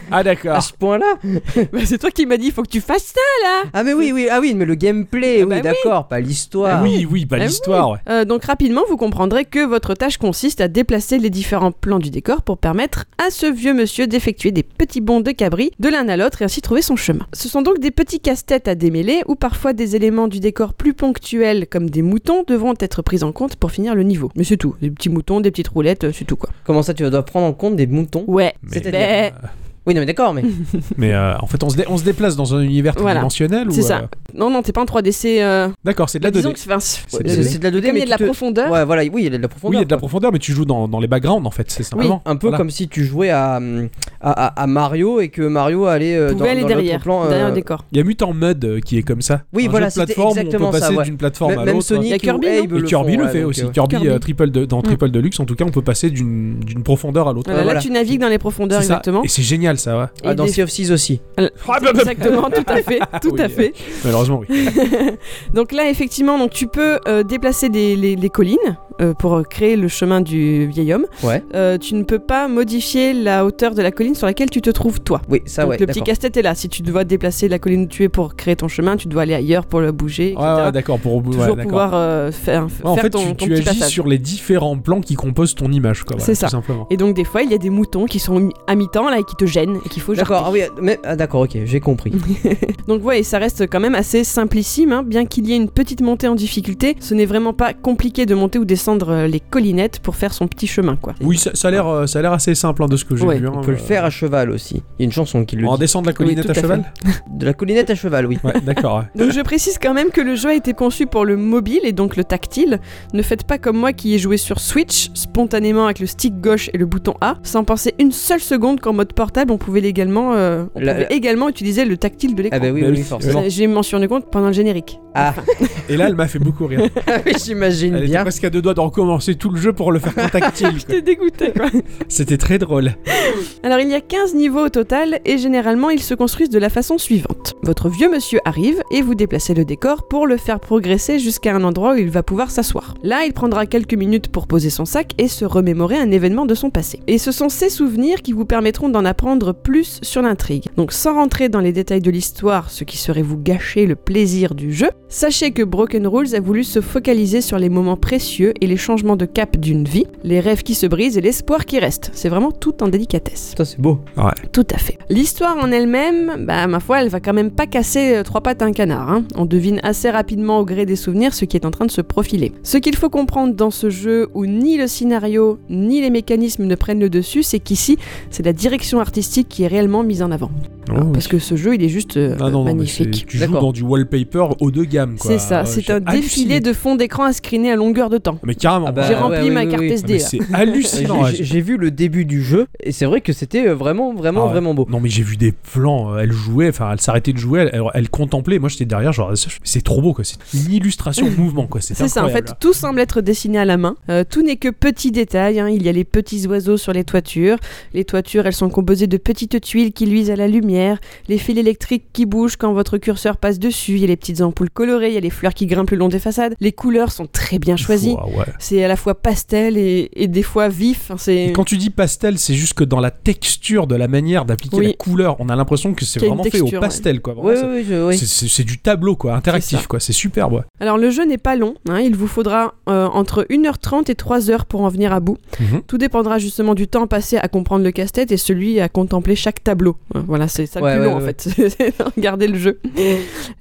Speaker 2: Ah
Speaker 1: À
Speaker 2: d'accord.
Speaker 1: ce point-là
Speaker 3: (laughs) Bah, c'est toi qui m'as dit, faut que tu fasses ça
Speaker 1: Ah, mais oui, oui, ah oui, mais le gameplay,
Speaker 3: Ah
Speaker 1: oui,
Speaker 3: bah oui.
Speaker 1: d'accord, pas l'histoire.
Speaker 2: oui, oui, bah
Speaker 3: Ah oui.
Speaker 2: l'histoire, ouais.
Speaker 3: Euh, donc rapidement, vous comprendrez que votre tâche consiste à déplacer les différents plans du décor pour permettre à ce vieux monsieur d'effectuer des petits bonds de cabri de l'un à l'autre et ainsi trouver son chemin. Ce sont donc des petits casse-têtes à démêler où parfois des éléments du décor plus ponctuels comme des moutons devront être pris en compte pour finir le niveau. Mais c'est tout, des petits moutons, des petites roulettes, euh, c'est tout quoi.
Speaker 1: Comment ça, tu dois prendre en compte des moutons
Speaker 3: Ouais.
Speaker 2: Mais, bah,
Speaker 1: C'est-à-dire-
Speaker 3: Ben,
Speaker 1: Oui, non, mais d'accord, mais.
Speaker 2: mais, euh, en fait, on se, dé- on se déplace dans un univers
Speaker 3: Voilà.
Speaker 2: tridimensionnel
Speaker 3: c'est
Speaker 2: ou,
Speaker 3: ça.
Speaker 2: euh,
Speaker 3: Non, non, t'es pas en 3D, c'est. euh,
Speaker 2: D'accord, c'est de la
Speaker 3: disons
Speaker 2: 2D.
Speaker 3: que c'est. enfin, c'est-
Speaker 2: C'est de la
Speaker 1: C'est c'est de la 2D,
Speaker 3: Comme il
Speaker 1: mais
Speaker 3: y a de la
Speaker 1: tu te-
Speaker 3: profondeur.
Speaker 1: Ouais, voilà, oui, il y a de la profondeur.
Speaker 2: Oui, il y a de la
Speaker 1: quoi.
Speaker 2: profondeur, mais tu joues dans, dans les backgrounds en fait, c'est simplement.
Speaker 1: Un peu
Speaker 2: Voilà.
Speaker 1: comme si tu jouais à, hum, à, à- à Mario et que Mario allait euh, dans,
Speaker 3: pouvait aller
Speaker 1: dans l'autre
Speaker 3: derrière,
Speaker 1: plan. euh,
Speaker 3: derrière le décor.
Speaker 2: Il y a Mutant Mud euh, qui est comme ça.
Speaker 1: Oui,
Speaker 2: un
Speaker 1: voilà,
Speaker 2: jeu de
Speaker 1: c'était
Speaker 2: plateforme où
Speaker 1: exactement
Speaker 2: on peut
Speaker 1: ça,
Speaker 2: passer
Speaker 1: ouais.
Speaker 2: d'une plateforme
Speaker 1: même-
Speaker 2: à
Speaker 1: même
Speaker 2: l'autre.
Speaker 1: Sonic
Speaker 3: Il y a Kirby,
Speaker 1: ou
Speaker 3: non
Speaker 1: Abe
Speaker 2: Et
Speaker 1: le
Speaker 2: Kirby
Speaker 1: font,
Speaker 2: le
Speaker 1: ouais,
Speaker 2: fait
Speaker 1: donc,
Speaker 2: aussi.
Speaker 1: euh,
Speaker 2: Kirby
Speaker 3: Kirby.
Speaker 2: euh, triple de- dans Triple Deluxe, en tout cas, on peut passer d'une d'une profondeur à l'autre.
Speaker 3: Voilà,
Speaker 1: voilà.
Speaker 3: Là, tu navigues dans les profondeurs,
Speaker 2: C'est ça.
Speaker 3: exactement.
Speaker 2: Et c'est génial ça, ouais.
Speaker 1: Ah,
Speaker 3: Et
Speaker 1: dans
Speaker 3: des-
Speaker 1: Sea of Thieves aussi.
Speaker 3: Exactement, tout à fait, tout à
Speaker 2: Oui.
Speaker 3: fait.
Speaker 2: Malheureusement, oui.
Speaker 3: Donc là, effectivement, donc tu peux euh, déplacer des, les, les collines euh, pour euh, créer le chemin du vieil homme.
Speaker 1: Ouais.
Speaker 3: Euh, tu ne peux pas modifier la hauteur de la colline sur laquelle tu te trouves toi.
Speaker 1: Oui, ça,
Speaker 3: donc
Speaker 1: ouais.
Speaker 3: le petit
Speaker 1: d'accord.
Speaker 3: casse-tête est là. Si tu dois déplacer la colline où tu es pour créer ton chemin, tu dois aller ailleurs pour le bouger, etc.
Speaker 2: Ouais, ouais, d'accord, pour ouais,
Speaker 3: Toujours
Speaker 2: d'accord.
Speaker 3: pouvoir euh, faire, faire
Speaker 2: Ouais, en fait,
Speaker 3: ton,
Speaker 2: tu,
Speaker 3: ton
Speaker 2: tu
Speaker 3: petit
Speaker 2: agis
Speaker 3: passage.
Speaker 2: sur les différents plans qui composent ton image, quoi. voilà,
Speaker 3: C'est ça.
Speaker 2: Tout simplement.
Speaker 3: Et donc des fois, il y a des moutons qui sont mi- à mi-temps là et qui te gênent et qu'il faut
Speaker 1: D'accord,
Speaker 3: jarter.
Speaker 1: ah oui, mais, ah, d'accord, ok, j'ai compris.
Speaker 3: Donc ouais, et ça reste quand même assez assez simplissime, hein, bien qu'il y ait une petite montée en difficulté, ce n'est vraiment pas compliqué de monter ou descendre euh, les collinettes pour faire son petit chemin, quoi.
Speaker 2: Oui, ça, ça a l'air, euh, ça a l'air assez simple hein, de ce que j'ai
Speaker 3: Ouais,
Speaker 2: vu. hein,
Speaker 1: On peut le
Speaker 2: euh,
Speaker 1: faire à cheval aussi. Il y a une chanson qui le
Speaker 2: En
Speaker 1: dit.
Speaker 2: descendre la collinette
Speaker 3: tout
Speaker 2: à
Speaker 3: à fait.
Speaker 2: cheval
Speaker 1: De la collinette à cheval, oui.
Speaker 2: Ouais, d'accord. ouais.
Speaker 3: Donc je précise quand même que le jeu a été conçu pour le mobile et donc le tactile. Ne faites pas comme moi qui ai joué sur Switch spontanément avec le stick gauche et le bouton A, sans penser une seule seconde qu'en mode portable on pouvait également, on
Speaker 1: La-
Speaker 3: pouvait également utiliser le tactile de l'écran.
Speaker 1: Ah bah oui,
Speaker 2: Bah
Speaker 1: oui,
Speaker 2: oui,
Speaker 1: forcément.
Speaker 3: J'ai- J'ai m'en suis rendu compte pendant le générique.
Speaker 1: Ah,
Speaker 2: Et là, elle m'a fait beaucoup
Speaker 3: (laughs)
Speaker 2: rire.
Speaker 1: oui, j'imagine
Speaker 2: Elle était
Speaker 1: bien.
Speaker 2: presque à deux doigts de recommencer tout le jeu pour le faire en tactile. quoi.
Speaker 3: (laughs) J'étais dégoûté quoi.
Speaker 2: C'était très drôle.
Speaker 3: Alors il y a 15 niveaux au total et généralement ils se construisent de la façon suivante. Votre vieux monsieur arrive et vous déplacez le décor pour le faire progresser jusqu'à un endroit où il va pouvoir s'asseoir. Là il prendra quelques minutes pour poser son sac et se remémorer un événement de son passé. Et ce sont ces souvenirs qui vous permettront d'en apprendre plus sur l'intrigue. Donc sans rentrer dans les détails de l'histoire, ce qui serait vous gâcher le plaisir du jeu, sachez que Broken Rules a voulu se focaliser sur les moments précieux et les changements de cap d'une vie, les rêves qui se brisent et l'espoir qui reste. C'est vraiment tout en délicatesse.
Speaker 1: Ça, c'est beau.
Speaker 3: Tout à fait. L'histoire en elle-même, bah ma foi, elle va quand même pas casser euh, trois pattes à un canard. hein. On devine assez rapidement au gré des souvenirs ce qui est en train de se profiler. Ce qu'il faut comprendre dans ce jeu où ni le scénario ni les mécanismes ne prennent le dessus, c'est qu'ici, c'est la direction artistique qui est réellement mise en avant. Alors,
Speaker 2: Oh,
Speaker 3: Ah, parce que ce jeu, il est juste euh,
Speaker 2: Ah non, non, mais
Speaker 3: magnifique.
Speaker 2: c'est- tu joues
Speaker 1: D'accord.
Speaker 2: dans du wallpaper haut de gamme. quoi.
Speaker 3: C'est ça,
Speaker 2: Euh,
Speaker 3: c'est
Speaker 2: j'ai
Speaker 3: un
Speaker 2: halluciné.
Speaker 3: défilé de fond d'écran à screener à longueur de temps.
Speaker 2: Mais carrément.
Speaker 1: Ah bah,
Speaker 3: J'ai
Speaker 1: ouais,
Speaker 3: rempli
Speaker 1: ouais,
Speaker 3: ma
Speaker 1: oui,
Speaker 3: carte
Speaker 1: oui.
Speaker 2: Ah, mais
Speaker 3: SD. là.
Speaker 2: c'est (laughs)
Speaker 1: J'ai-
Speaker 2: hallucinant. ouais.
Speaker 1: J'ai j'ai vu le début du jeu et c'est vrai que c'était euh, vraiment, vraiment,
Speaker 2: Ah ouais.
Speaker 1: vraiment beau.
Speaker 2: Non mais j'ai vu des plans, euh, elle jouait, enfin elle s'arrêtait de jouer, elle, elle- elle contemplait, moi j'étais derrière, genre ça, je- c'est trop beau quoi, c'est une illustration de mouvement quoi, c'est
Speaker 3: C'est ça, en fait, tout semble être dessiné à la main. Euh, tout n'est que petits détails. hein. Il y a les petits oiseaux sur les toitures. Les toitures, elles sont composées de petites tuiles qui luisent à la lumière, les fils électriques qui bougent quand votre curseur passe dessus. Il y a les petites ampoules colorées, il y a les fleurs qui grimpent le long des façades. Les couleurs sont très bien choisies.
Speaker 2: Ouah, ah ouais.
Speaker 3: C'est à la fois pastel et, et des fois vif. Enfin,
Speaker 2: Et
Speaker 3: c'est
Speaker 2: quand tu dis pastel, c'est juste que dans la texture de la manière d'appliquer
Speaker 3: Oui.
Speaker 2: la couleur, on a l'impression que c'est
Speaker 3: Qu'il y a une
Speaker 2: vraiment fait au
Speaker 3: texture, ouais.
Speaker 2: pastel quoi. Vraiment,
Speaker 1: Oui,
Speaker 2: ça-
Speaker 1: oui, oui. je- oui.
Speaker 2: c'est- C'est c'est du tableau quoi,
Speaker 3: C'est
Speaker 2: interactif quoi, c'est superbe. ouais.
Speaker 3: Alors le jeu n'est pas long, hein, il vous faudra euh, entre 1h30 et 3h pour en venir à bout.
Speaker 2: Mhm.
Speaker 3: Tout dépendra justement du temps passé à comprendre le casse-tête et celui à contempler chaque tableau. Euh, Voilà, c'est ça le
Speaker 1: Ouais,
Speaker 3: plus
Speaker 1: ouais,
Speaker 3: long en
Speaker 1: ouais.
Speaker 3: fait, (laughs) c'est regarder le jeu.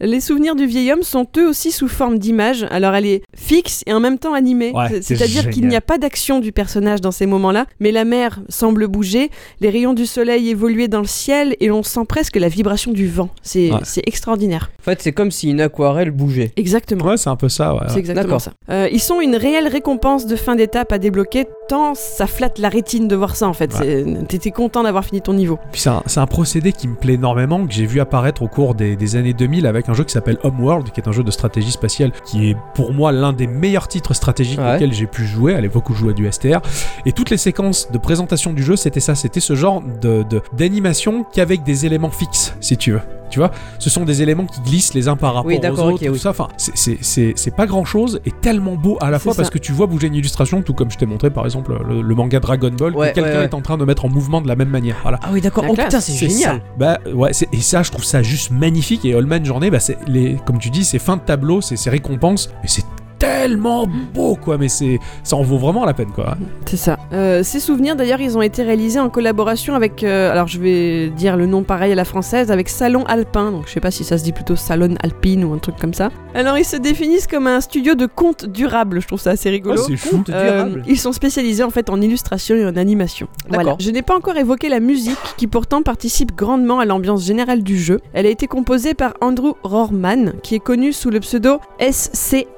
Speaker 3: Les souvenirs du vieil homme sont eux aussi sous forme d'images, alors elle est fixe et en même temps animée.
Speaker 2: Ouais,
Speaker 3: C'est-
Speaker 2: c'est
Speaker 3: C'est-à-dire qu'il n'y a
Speaker 2: génial.
Speaker 3: pas d'action du personnage dans ces moments-là, mais la mer semble bouger, les rayons du soleil évoluer dans le ciel et l'on sent presque la vibration du vent. C'est
Speaker 2: Ouais.
Speaker 3: c'est extraordinaire.
Speaker 1: En fait, c'est comme si une aquarelle bougeait.
Speaker 3: Exactement.
Speaker 2: Ouais, c'est un peu ça. ouais.
Speaker 3: C'est exactement
Speaker 1: D'accord.
Speaker 3: ça. Euh, ils sont une réelle récompense de fin d'étape à débloquer, tant ça flatte la rétine de voir ça en fait. C'est- T'étais content d'avoir fini ton niveau.
Speaker 2: Puis c'est un, c'est un procédé qui me plaît énormément, que j'ai vu apparaître au cours des, des années 2000 avec un jeu qui s'appelle Homeworld, qui est un jeu de stratégie spatiale, qui est pour moi l'un des meilleurs titres stratégiques
Speaker 1: Ouais.
Speaker 2: auxquels j'ai pu jouer à l'époque où je jouais à du STR. Et toutes les séquences de présentation du jeu, c'était ça, c'était ce genre de- de- d'animation qu'avec des éléments fixes, si tu veux. Tu vois, ce sont des éléments qui glissent les uns par rapport
Speaker 1: Oui,
Speaker 2: aux
Speaker 1: d'accord,
Speaker 2: autres,
Speaker 1: ok,
Speaker 2: tout
Speaker 1: oui.
Speaker 2: ça. Enfin, c'est- c'est- c'est c'est pas grand chose et tellement beau à la
Speaker 3: C'est
Speaker 2: fois parce
Speaker 3: ça.
Speaker 2: que tu vois bouger une illustration, tout comme je t'ai montré par exemple le, le manga Dragon Ball
Speaker 1: Ouais,
Speaker 2: que quelqu'un
Speaker 1: ouais, ouais.
Speaker 2: est en train de mettre en mouvement de la même manière. Voilà.
Speaker 1: Ah oui, d'accord.
Speaker 3: La
Speaker 1: Oh
Speaker 3: classe.
Speaker 1: putain, c'est génial.
Speaker 2: Ça. Bah ouais, c'est- et ça, je trouve ça juste magnifique. Et Holman Journée, bah, c'est les, comme tu dis, c'est fin de tableau, c'est ses récompenses, mais c'est tellement beau quoi. Mais c'est, ça en vaut vraiment la peine quoi.
Speaker 3: C'est ça. Euh, ces souvenirs d'ailleurs, ils ont été réalisés en collaboration avec, euh, alors je vais dire le nom pareil à la française, avec Salon Alpin. Donc je sais pas si ça se dit plutôt Salon Alpine ou un truc comme ça. Alors ils se définissent comme un studio de contes durables. Je trouve ça assez rigolo.
Speaker 2: c'est fou.
Speaker 3: Euh,
Speaker 1: durable.
Speaker 3: ils sont spécialisés en fait en illustration et en animation.
Speaker 1: D'accord.
Speaker 3: Voilà. Je n'ai pas encore évoqué la musique qui pourtant participe grandement à l'ambiance générale du jeu. Elle a été composée par Andrew Rorman qui est connu sous le pseudo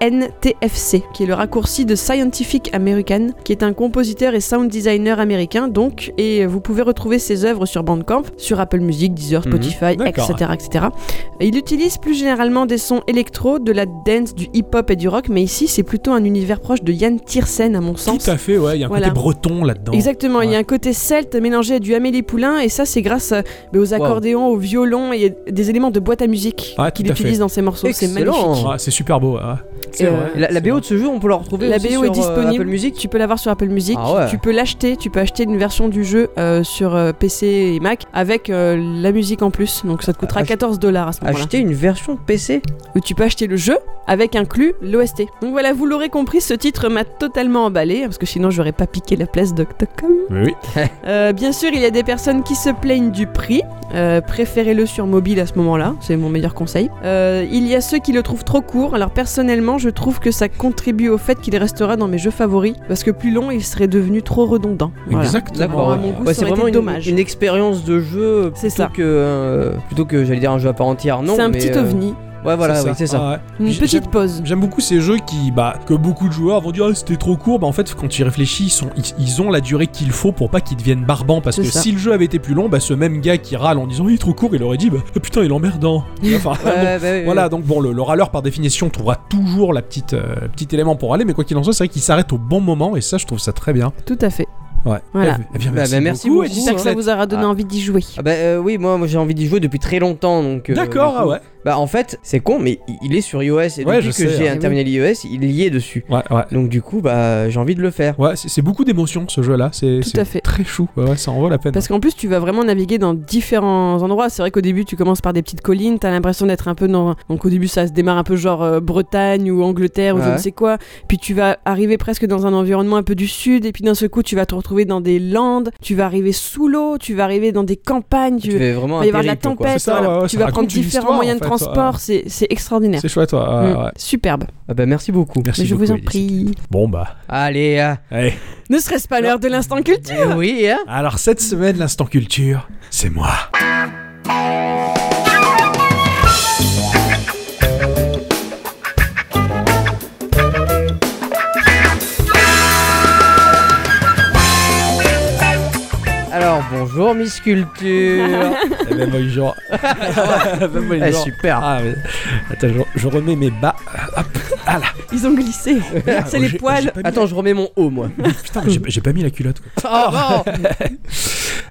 Speaker 3: SCNTFC qui est le raccourci de Scientific American qui est un compositeur et sound designer américain donc et vous pouvez retrouver ses œuvres sur Bandcamp, sur Apple Music, Deezer,
Speaker 1: Mhm.
Speaker 3: Spotify,
Speaker 2: D'accord.
Speaker 3: etc., etc. Il utilise plus généralement des sons électro, de la dance, du hip-hop et du rock, mais ici c'est plutôt un univers proche de Yann Tiersen à mon
Speaker 2: Tout
Speaker 3: sens.
Speaker 2: à fait, ouais. Il y a un
Speaker 3: Voilà.
Speaker 2: côté breton là-dedans.
Speaker 3: Exactement, il y
Speaker 2: Ouais.
Speaker 3: a un côté celte mélangé à du Amélie Poulain, et ça c'est grâce euh, mais aux accordéons, aux violons et des éléments de boîte à musique
Speaker 2: Ouais, Ah, tout
Speaker 3: qu'il
Speaker 2: à fait.
Speaker 3: utilise dans ses morceaux. C'est
Speaker 1: Excellent.
Speaker 3: magnifique.
Speaker 2: Ouais, Ah, c'est super beau. hein. ouais. C'est
Speaker 3: Euh,
Speaker 2: vrai.
Speaker 1: La, la
Speaker 2: c'est
Speaker 1: BO
Speaker 2: vrai.
Speaker 1: de ce jeu, on peut la retrouver
Speaker 3: La
Speaker 1: aussi
Speaker 3: BO
Speaker 1: sur
Speaker 3: est
Speaker 1: euh,
Speaker 3: disponible.
Speaker 1: Apple Music.
Speaker 3: Tu peux l'avoir sur Apple Music.
Speaker 1: Ah ouais.
Speaker 3: Tu peux l'acheter. Tu peux acheter une version du jeu euh, sur euh, PC et Mac avec euh, la musique en plus. Donc ça te coûtera
Speaker 1: Ach-
Speaker 3: 14 dollars à ce moment-là.
Speaker 1: Acheter une version PC
Speaker 3: Ou tu peux acheter le jeu avec inclus l'OST. Donc voilà, vous l'aurez compris, ce titre m'a totalement emballé hein, parce que sinon j'aurais pas piqué la place d'Octocom.
Speaker 2: Mais oui.
Speaker 3: Euh, bien sûr, il y a des personnes qui se plaignent du prix. Euh, Préférez-le sur mobile à ce moment-là, c'est mon meilleur conseil. Euh, il y a ceux qui le trouvent trop court. Alors personnellement, je trouve que ça contribue au fait qu'il restera dans mes jeux favoris parce que plus long, il serait devenu trop redondant. Voilà.
Speaker 2: Exactement.
Speaker 1: D'accord,
Speaker 3: à mon goût, ça
Speaker 1: c'est
Speaker 3: aurait
Speaker 1: vraiment
Speaker 3: été
Speaker 1: une,
Speaker 3: dommage.
Speaker 1: une expérience de jeu
Speaker 3: C'est
Speaker 1: plutôt
Speaker 3: ça.
Speaker 1: que euh, plutôt que j'allais dire un jeu à part entière. Non,
Speaker 3: C'est un
Speaker 1: mais,
Speaker 3: petit
Speaker 1: euh,
Speaker 3: ovni,
Speaker 1: Ouais, voilà, oui, c'est ça.
Speaker 2: Ah ouais.
Speaker 3: une
Speaker 2: j'ai-
Speaker 3: petite pause.
Speaker 2: J'aime beaucoup ces jeux qui, bah, que beaucoup de joueurs vont dire Ah, c'était trop court. Bah, en fait, quand tu y réfléchis, ils, sont, ils, ils ont la durée qu'il faut pour pas qu'ils deviennent barbants. Parce
Speaker 3: C'est
Speaker 2: que
Speaker 3: ça.
Speaker 2: si le jeu avait été plus long, bah, ce même gars qui râle en disant il est trop court, il aurait dit bah, ah, putain, il est
Speaker 3: (laughs)
Speaker 2: emmerdant. Enfin,
Speaker 1: Ouais,
Speaker 2: bon,
Speaker 1: bah oui,
Speaker 2: Voilà, donc bon, le, le râleur par définition trouvera toujours la petite euh, petit élément pour aller, mais quoi qu'il en soit, c'est vrai qu'il s'arrête au bon moment et ça, je trouve ça très bien.
Speaker 3: Tout à fait.
Speaker 2: Ouais.
Speaker 3: Voilà.
Speaker 2: Eh bien,
Speaker 1: Bah,
Speaker 2: merci,
Speaker 1: bah, merci
Speaker 2: beaucoup.
Speaker 1: beaucoup.
Speaker 2: Edith
Speaker 3: J'espère que ça
Speaker 2: Sexlett.
Speaker 3: vous aura donné envie d'y jouer.
Speaker 1: Ah bah euh, oui, moi, moi, j'ai envie d'y jouer depuis très longtemps donc. euh,
Speaker 2: D'accord,
Speaker 1: du
Speaker 2: ah
Speaker 1: coup-
Speaker 2: ouais.
Speaker 1: Bah en fait, c'est con, mais i- il est sur iOS et
Speaker 2: Ouais,
Speaker 1: depuis
Speaker 2: je
Speaker 1: que
Speaker 2: sais,
Speaker 1: j'ai
Speaker 2: hein.
Speaker 1: un terminal iOS, il y est dessus.
Speaker 2: Ouais, ouais.
Speaker 1: Donc du coup, bah j'ai envie de le faire.
Speaker 2: Ouais, c'est c'est beaucoup d'émotions ce jeu-là. C'est
Speaker 3: Tout
Speaker 2: c'est
Speaker 3: à fait.
Speaker 2: très chou. Ouais, ouais, ça en vaut la peine. hein.
Speaker 3: Parce qu'en plus, tu vas vraiment naviguer dans différents endroits. C'est vrai qu'au début, tu commences par des petites collines, t'as l'impression d'être un peu dans. Donc au début, ça se démarre un peu genre euh, Bretagne ou Angleterre ou je
Speaker 1: Ouais.
Speaker 3: ne sais quoi. Puis tu vas arriver presque dans un environnement un peu du sud, et puis d'un seul coup, tu vas te retrouver dans des landes, tu vas arriver sous l'eau, tu vas arriver dans des campagnes, tu
Speaker 1: Tu fais vraiment
Speaker 3: il
Speaker 1: un
Speaker 3: va y avoir de la
Speaker 1: périple, quoi.
Speaker 3: tempête,
Speaker 2: C'est ça,
Speaker 3: voilà.
Speaker 2: ouais, ouais,
Speaker 3: tu
Speaker 2: ça
Speaker 3: vas prendre
Speaker 2: raconte une
Speaker 3: différents
Speaker 2: histoire,
Speaker 3: moyens
Speaker 2: en
Speaker 3: de
Speaker 2: fait, ouais.
Speaker 3: transport, c'est c'est extraordinaire.
Speaker 2: C'est chouette, ouais, ouais,
Speaker 3: Mm.
Speaker 2: ouais.
Speaker 3: Superbe.
Speaker 1: Ah bah merci beaucoup.
Speaker 2: Merci
Speaker 3: Mais je
Speaker 2: beaucoup,
Speaker 3: vous en
Speaker 2: Elise.
Speaker 3: prie.
Speaker 2: Bon bah,
Speaker 1: Allez, euh,
Speaker 2: allez.
Speaker 3: Ne serait-ce pas l'heure de l'instant culture
Speaker 1: eh oui, hein.
Speaker 2: Alors cette semaine, l'instant culture, c'est moi.
Speaker 1: Alors bonjour Miss
Speaker 3: (laughs)
Speaker 1: Culture.
Speaker 2: Eh ben, (laughs) bonjour. Ben, bonjour.
Speaker 1: Eh, super.
Speaker 2: Ah, mais- Attends, je, je remets mes bas. Hop. Ah là.
Speaker 3: Ils
Speaker 2: (laughs)
Speaker 3: ont glissé. C'est les
Speaker 2: J'ai-
Speaker 3: poils.
Speaker 2: j'ai pas mis-
Speaker 1: Attends, je remets mon
Speaker 2: (laughs)
Speaker 1: haut moi.
Speaker 2: Putain, mais j'ai j'ai pas mis la culotte. quoi. Ah,
Speaker 1: Oh, non.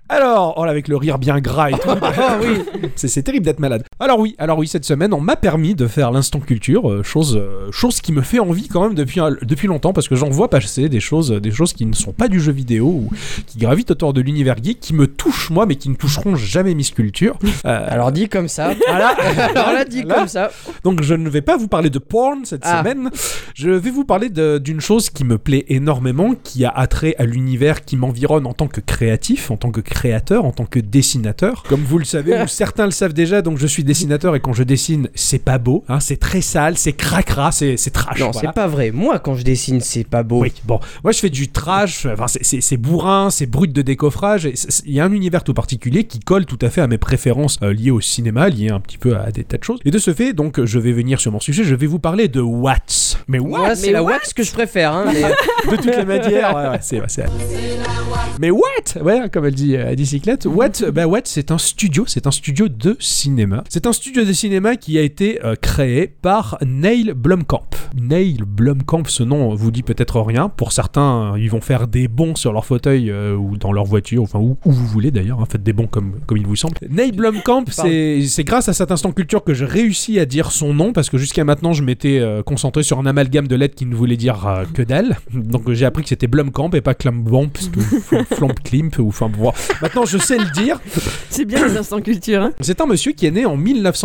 Speaker 2: Alors, oh là, avec le rire bien gras et
Speaker 1: (laughs)
Speaker 2: tout.
Speaker 1: Ah
Speaker 2: (laughs)
Speaker 1: oui.
Speaker 2: C'est c'est terrible d'être malade. Alors oui, alors oui, cette semaine, on m'a permis de faire l'instant culture, euh, chose, euh, chose qui me fait envie quand même depuis, un- depuis longtemps, parce que j'en vois passer des choses, des choses qui ne sont pas du jeu vidéo ou qui gravitent autour de l'univers geek, qui me touchent moi, mais qui ne toucheront jamais Miss
Speaker 1: (laughs)
Speaker 2: Culture. Euh,
Speaker 1: Alors dit comme ça.
Speaker 2: voilà.
Speaker 1: (laughs) Alors là dit
Speaker 2: Là.
Speaker 1: comme ça.
Speaker 2: Donc je ne vais pas vous parler de porn cette
Speaker 1: Ah.
Speaker 2: semaine. Je vais vous parler de- d'une chose qui me plaît énormément, qui a attrait à l'univers qui m'environne en tant que créatif, en tant que créateur, en tant que dessinateur. Comme vous le savez,
Speaker 1: (laughs)
Speaker 2: ou certains le savent déjà, donc je suis dessinateur et quand je dessine, c'est pas beau, hein, c'est très sale, c'est cracra, c'est c'est trash.
Speaker 1: Non,
Speaker 2: Ah, voilà.
Speaker 1: c'est pas vrai. Moi quand je dessine, c'est pas beau.
Speaker 2: Oui, bon, moi je fais du trash, enfin, c'est- c'est c'est bourrin, c'est brut de décoffrage, et c'est- c'est- il y a un univers tout particulier qui colle tout à fait à mes préférences euh, liées au cinéma, liées un petit peu à des tas de choses. Et de ce fait, donc je vais venir sur mon sujet, je vais vous parler de Watts. Mais Ah, Watts
Speaker 1: Moi, c'est
Speaker 3: Mais
Speaker 1: la
Speaker 3: what
Speaker 1: wax que je préfère. Hein, mais-
Speaker 2: de toutes les (laughs) matières. Ouais, ouais, c'est, ouais, c'est- Mais What Ouais, comme elle dit euh, à bicyclette, What Bah What, c'est un studio, c'est un studio de cinéma. C'est un studio de cinéma qui a été euh, créé par Neil Blomkamp. Neil Blomkamp, ce nom vous dit peut-être rien. Pour certains, euh, ils vont faire des bons sur leur fauteuil euh, ou dans leur voiture, enfin où, où vous voulez d'ailleurs. hein. faites des bons comme, comme il vous semble. Neil Blomkamp, c'est, c'est grâce à cet instant culture que je réussis à dire son nom parce que jusqu'à maintenant, je m'étais euh, concentré sur un amalgame de lettres qui ne voulait dire euh, que dalle. Donc euh, j'ai appris que c'était Blomkamp et pas Clambomp, Flamp Klimp ou enfin bon. Maintenant, je sais le dire.
Speaker 3: C'est bien les instants culture. Hein.
Speaker 2: C'est un monsieur qui est né en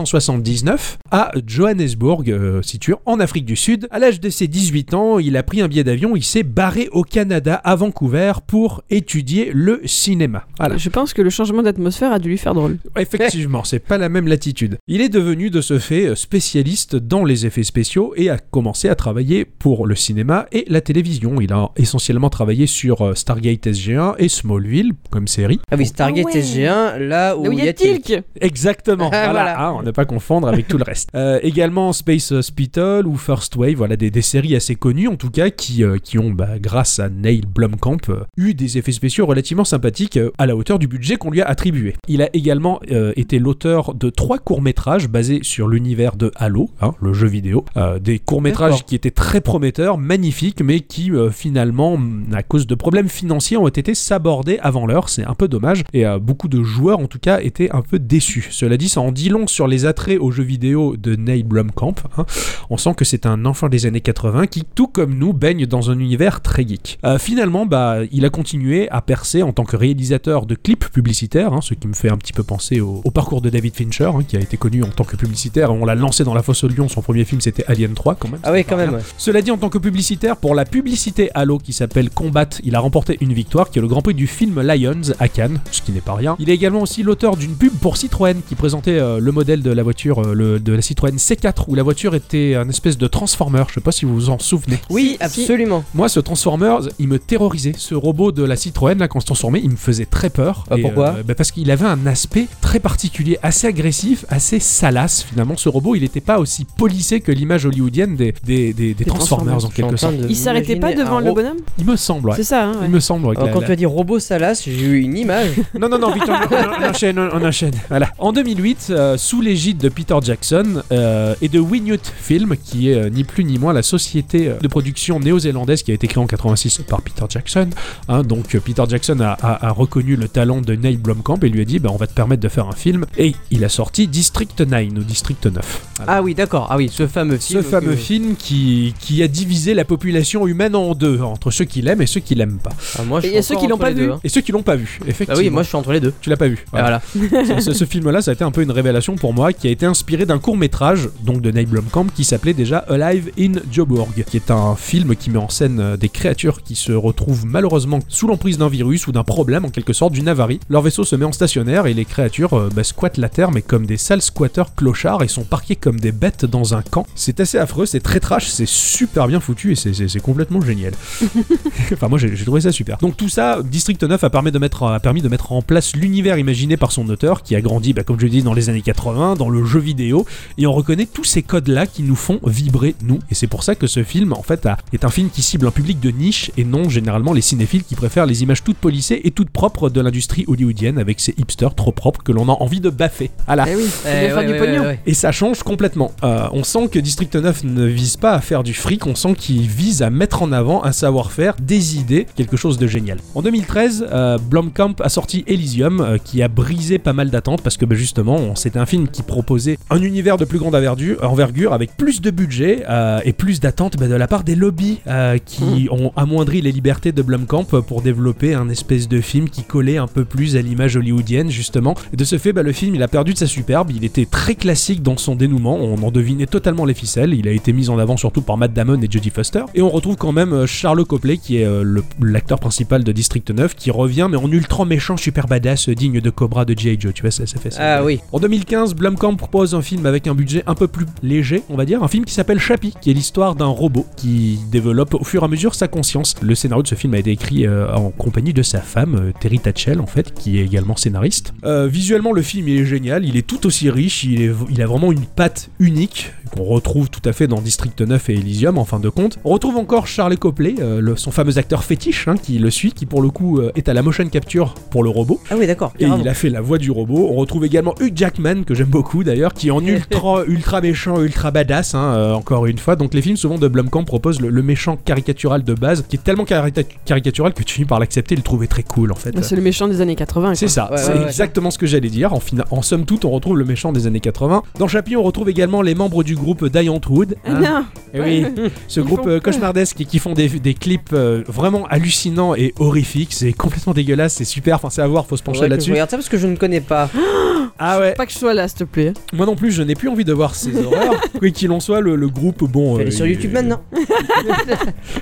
Speaker 2: 1979 à Johannesburg, euh, situé en Afrique du Sud. À l'âge de ses 18 ans, il a pris un billet d'avion, il s'est barré au Canada à Vancouver pour étudier le cinéma.
Speaker 3: (laughs)
Speaker 2: Voilà.
Speaker 3: Je pense que le changement d'atmosphère a dû lui faire drôle.
Speaker 2: Effectivement, c'est pas la même latitude. Il est devenu de ce fait euh, spécialiste dans les effets spéciaux et a commencé à travailler pour le cinéma et la télévision. Il a essentiellement travaillé sur euh, Stargate SG1 et Smallville comme série.
Speaker 1: Ah oui, Stargate
Speaker 3: Ah ouais.
Speaker 1: SG1, là où,
Speaker 3: Là où il y a Tilk
Speaker 2: Exactement. voilà.
Speaker 1: Ah, voilà.
Speaker 2: hein, on ne pas confondre avec tout le reste. Euh, également Space Hospital ou First Wave, voilà des, des séries assez connues en tout cas qui, euh, qui ont, bah, grâce à Neil Blomkamp, euh, eu des effets spéciaux relativement sympathiques euh, à la hauteur du budget qu'on lui a attribué. Il a également euh, été l'auteur de trois courts métrages basés sur l'univers de Halo, hein, le jeu vidéo, Euh, des courts métrages
Speaker 1: D'accord.
Speaker 2: qui étaient très prometteurs, magnifiques, mais qui euh, finalement, mm, à cause de problèmes financiers, ont été sabordés avant l'heure. C'est un peu dommage. Et euh, beaucoup de joueurs, en tout cas, étaient un peu déçus. Cela dit, ça en dit long réflexion sur les attraits aux jeux vidéo de Neil Blomkamp, hein, on sent que c'est un enfant des années 80 qui, tout comme nous, baigne dans un univers très geek. Euh, finalement, bah, il a continué à percer en tant que réalisateur de clips publicitaires, hein, ce qui me fait un petit peu penser au, au parcours de David Fincher, hein, qui a été connu en tant que publicitaire. On l'a lancé dans la fosse au lion. Son premier film, c'était Alien 3, quand même.
Speaker 1: Ah oui, quand même. ouais.
Speaker 2: Cela dit, en tant que publicitaire, pour la publicité Halo qui s'appelle Combat, il a remporté une victoire qui est le Grand Prix du film Lions à Cannes, ce qui n'est pas rien. Il est également aussi l'auteur d'une pub pour Citroën qui présentait euh, le modèle de la voiture, euh, le- de la Citroën C4, où la voiture était un espèce de transformer. Je sais pas si vous vous en souvenez.
Speaker 1: Oui,
Speaker 3: Si,
Speaker 1: absolument.
Speaker 2: Moi, ce Transformer, il me terrorisait. Ce robot de la Citroën, là, quand se transformait, il me faisait très peur.
Speaker 1: Ah,
Speaker 2: Et,
Speaker 1: pourquoi
Speaker 2: bah, Parce qu'il avait un aspect très particulier, assez agressif, assez salace. Finalement, ce robot, il n'était pas aussi polissé que l'image hollywoodienne des, des, des- des Transformers, en
Speaker 1: Je suis en
Speaker 2: quelque
Speaker 1: train
Speaker 2: sorte.
Speaker 1: de
Speaker 3: Il s'arrêtait pas
Speaker 1: m'imaginer
Speaker 3: devant
Speaker 1: un
Speaker 3: le
Speaker 1: ro-
Speaker 3: bonhomme
Speaker 2: Il me semble, ouais.
Speaker 3: C'est ça, hein, ouais.
Speaker 2: Il me semble, ouais, que
Speaker 1: Alors,
Speaker 2: la-
Speaker 1: quand
Speaker 2: la-
Speaker 1: tu as dit robot salace, j'ai eu une image.
Speaker 2: Non, non, non, vite, on, on- on enchaîne, on, on enchaîne. Voilà. En 2008, euh, sous l'égide de Peter Jackson euh, et de Winyut Film, qui est euh, ni plus ni moins la société euh, de production néo-zélandaise qui a été créée en 86 par Peter Jackson. hein. donc euh, Peter Jackson a, a- a reconnu le talent de Neil Blomkamp et lui a dit bah, on va te permettre de faire un film. Et il a sorti District 9 ou District 9. Voilà.
Speaker 1: (laughs) Ah oui, d'accord. Ah oui, ce fameux
Speaker 2: Ce
Speaker 1: film.
Speaker 2: fameux
Speaker 1: que-
Speaker 2: film qui, qui a divisé la population humaine en deux, entre ceux qui l'aiment et ceux qui l'aiment pas.
Speaker 1: Ah, moi, je
Speaker 3: Et
Speaker 1: suis
Speaker 3: il y a ceux
Speaker 1: encore
Speaker 3: qui l'ont
Speaker 1: entre
Speaker 3: pas
Speaker 1: les
Speaker 3: vu.
Speaker 1: deux, hein.
Speaker 2: Et ceux qui l'ont pas vu,
Speaker 1: Bah
Speaker 2: effectivement.
Speaker 1: oui, moi je suis entre les deux.
Speaker 2: Tu l'as pas
Speaker 3: Ah.
Speaker 2: vu. Ah, Voilà.
Speaker 1: Voilà.
Speaker 2: ce, (laughs) ce- ce film-là, ça a été un peu une révélation pour moi, qui a été inspiré d'un court métrage, donc de Neil Blomkamp, qui s'appelait déjà Alive in Joburg, qui est un film qui met en scène euh, des créatures qui se retrouvent malheureusement sous l'emprise d'un virus ou d'un problème, en quelque sorte, d'une avarie. Leur vaisseau se met en stationnaire et les créatures euh, bah, squattent la Terre, mais comme des sales squatteurs clochards et sont parqués comme des bêtes dans un camp. C'est assez affreux, c'est très trash, c'est super bien foutu et c'est- c'est c'est complètement génial. (laughs) Enfin, moi, j'ai j'ai trouvé ça super. Donc tout ça, District 9 a permis de mettre, a permis de mettre en place l'univers imaginé par son auteur, qui a grandi, bah, comme je le dis, dans les années 80, dans le jeu vidéo, et on reconnaît tous ces codes-là qui nous font vibrer, nous. Et c'est pour ça que ce film, en fait, a- est un film qui cible un public de niche, et non généralement les cinéphiles qui préfèrent les images toutes polissées et toutes propres de l'industrie hollywoodienne, avec ces hipsters trop propres que l'on a envie de baffer. Voilà.
Speaker 3: Eh oui,
Speaker 1: Eh,
Speaker 3: c'est bien faire
Speaker 1: ouais,
Speaker 3: du
Speaker 1: ouais,
Speaker 3: pognon.
Speaker 1: ouais, ouais.
Speaker 2: Et ça change complètement. Euh, on sent que District 9 ne vise pas à faire du fric, on sent qu'il vise à mettre en avant un savoir-faire, des idées, quelque chose de génial. En 2013, euh, Blomkamp a sorti Elysium, euh, qui a brisé pas mal d'attentes parce que bah, justement, on- c'était un film qui proposait un univers de plus grande averdu- envergure avec plus de budget euh, et plus d'attentes bah, de la part des lobbies euh, qui
Speaker 3: Mmh.
Speaker 2: ont amoindri les libertés de Blomkamp pour développer un espèce de film qui collait un peu plus à l'image hollywoodienne justement. Et de ce fait, bah, le film il a perdu de sa superbe. Il était très classique dans son dénouement. On en devinait totalement les ficelles. Il a été mis en avant surtout par Matt Damon et Jodie Foster. Et on retrouve quand même euh, Charles Copley qui est euh, le- l'acteur principal de District 9 qui revient mais en ultra méchant, super badass, euh, digne de Cobra de G.I. Joe. Tu vois ça, ça fait ça.
Speaker 1: Ah oui.
Speaker 2: En 2015, Blomkamp propose un film avec un budget un peu plus léger, on va dire, un film qui s'appelle Chappie, qui est l'histoire d'un robot qui développe au fur et à mesure sa conscience. Le scénario de ce film a été écrit euh, en compagnie de sa femme, euh, Terry Tatchell, en fait, qui est également scénariste. Euh, visuellement, le film est génial, il est tout aussi riche, il, est- il a vraiment une patte unique, qu'on retrouve tout à fait dans District 9 et Elysium, en fin de compte. On retrouve encore Charlie Copley, euh, le- son fameux acteur fétiche, hein, qui le suit, qui pour le coup euh, est à la motion capture pour le robot.
Speaker 1: Ah oui, d'accord.
Speaker 2: Et
Speaker 1: carrément.
Speaker 2: il a fait la voix du robot. On retrouve également Hugh Jackman, que j'aime beaucoup d'ailleurs,
Speaker 1: (laughs)
Speaker 2: qui est en ultra, ultra méchant, ultra badass, hein, euh, encore une fois. Donc les films souvent de Blomkamp proposent le, le méchant caricatural de base, qui est tellement carita- caricatural que tu finis par l'accepter et le trouver très cool en fait.
Speaker 3: C'est le méchant des années 80.
Speaker 2: C'est ça,
Speaker 1: Ouais,
Speaker 2: c'est
Speaker 1: ouais, ouais.
Speaker 2: exactement ce que j'allais dire. En, fina- en somme toute, on retrouve le méchant des années 80. Dans Chappie, on retrouve également les membres du groupe Diane Wood.
Speaker 3: Ah bien
Speaker 2: Eh oui, (laughs) ce
Speaker 3: Ils
Speaker 2: groupe
Speaker 3: font
Speaker 2: euh,
Speaker 3: peur.
Speaker 2: cauchemardesque et qui font des, des clips euh, vraiment hallucinants et horrifiques. C'est complètement dégueulasse, c'est super. Enfin, c'est à voir, faut se pencher
Speaker 1: Faudrait que je
Speaker 2: là-dessus.
Speaker 1: regarde ça parce que je ne connais pas.
Speaker 2: Ah ouais.
Speaker 3: Pas que je sois là, s'il te plaît.
Speaker 2: Moi non plus, je n'ai plus envie de voir
Speaker 1: (laughs)
Speaker 2: ces horreurs. Quoi qu'il en soit, le, le groupe, bon,
Speaker 1: Je vais aller
Speaker 2: euh,
Speaker 1: sur
Speaker 2: il-
Speaker 1: YouTube maintenant.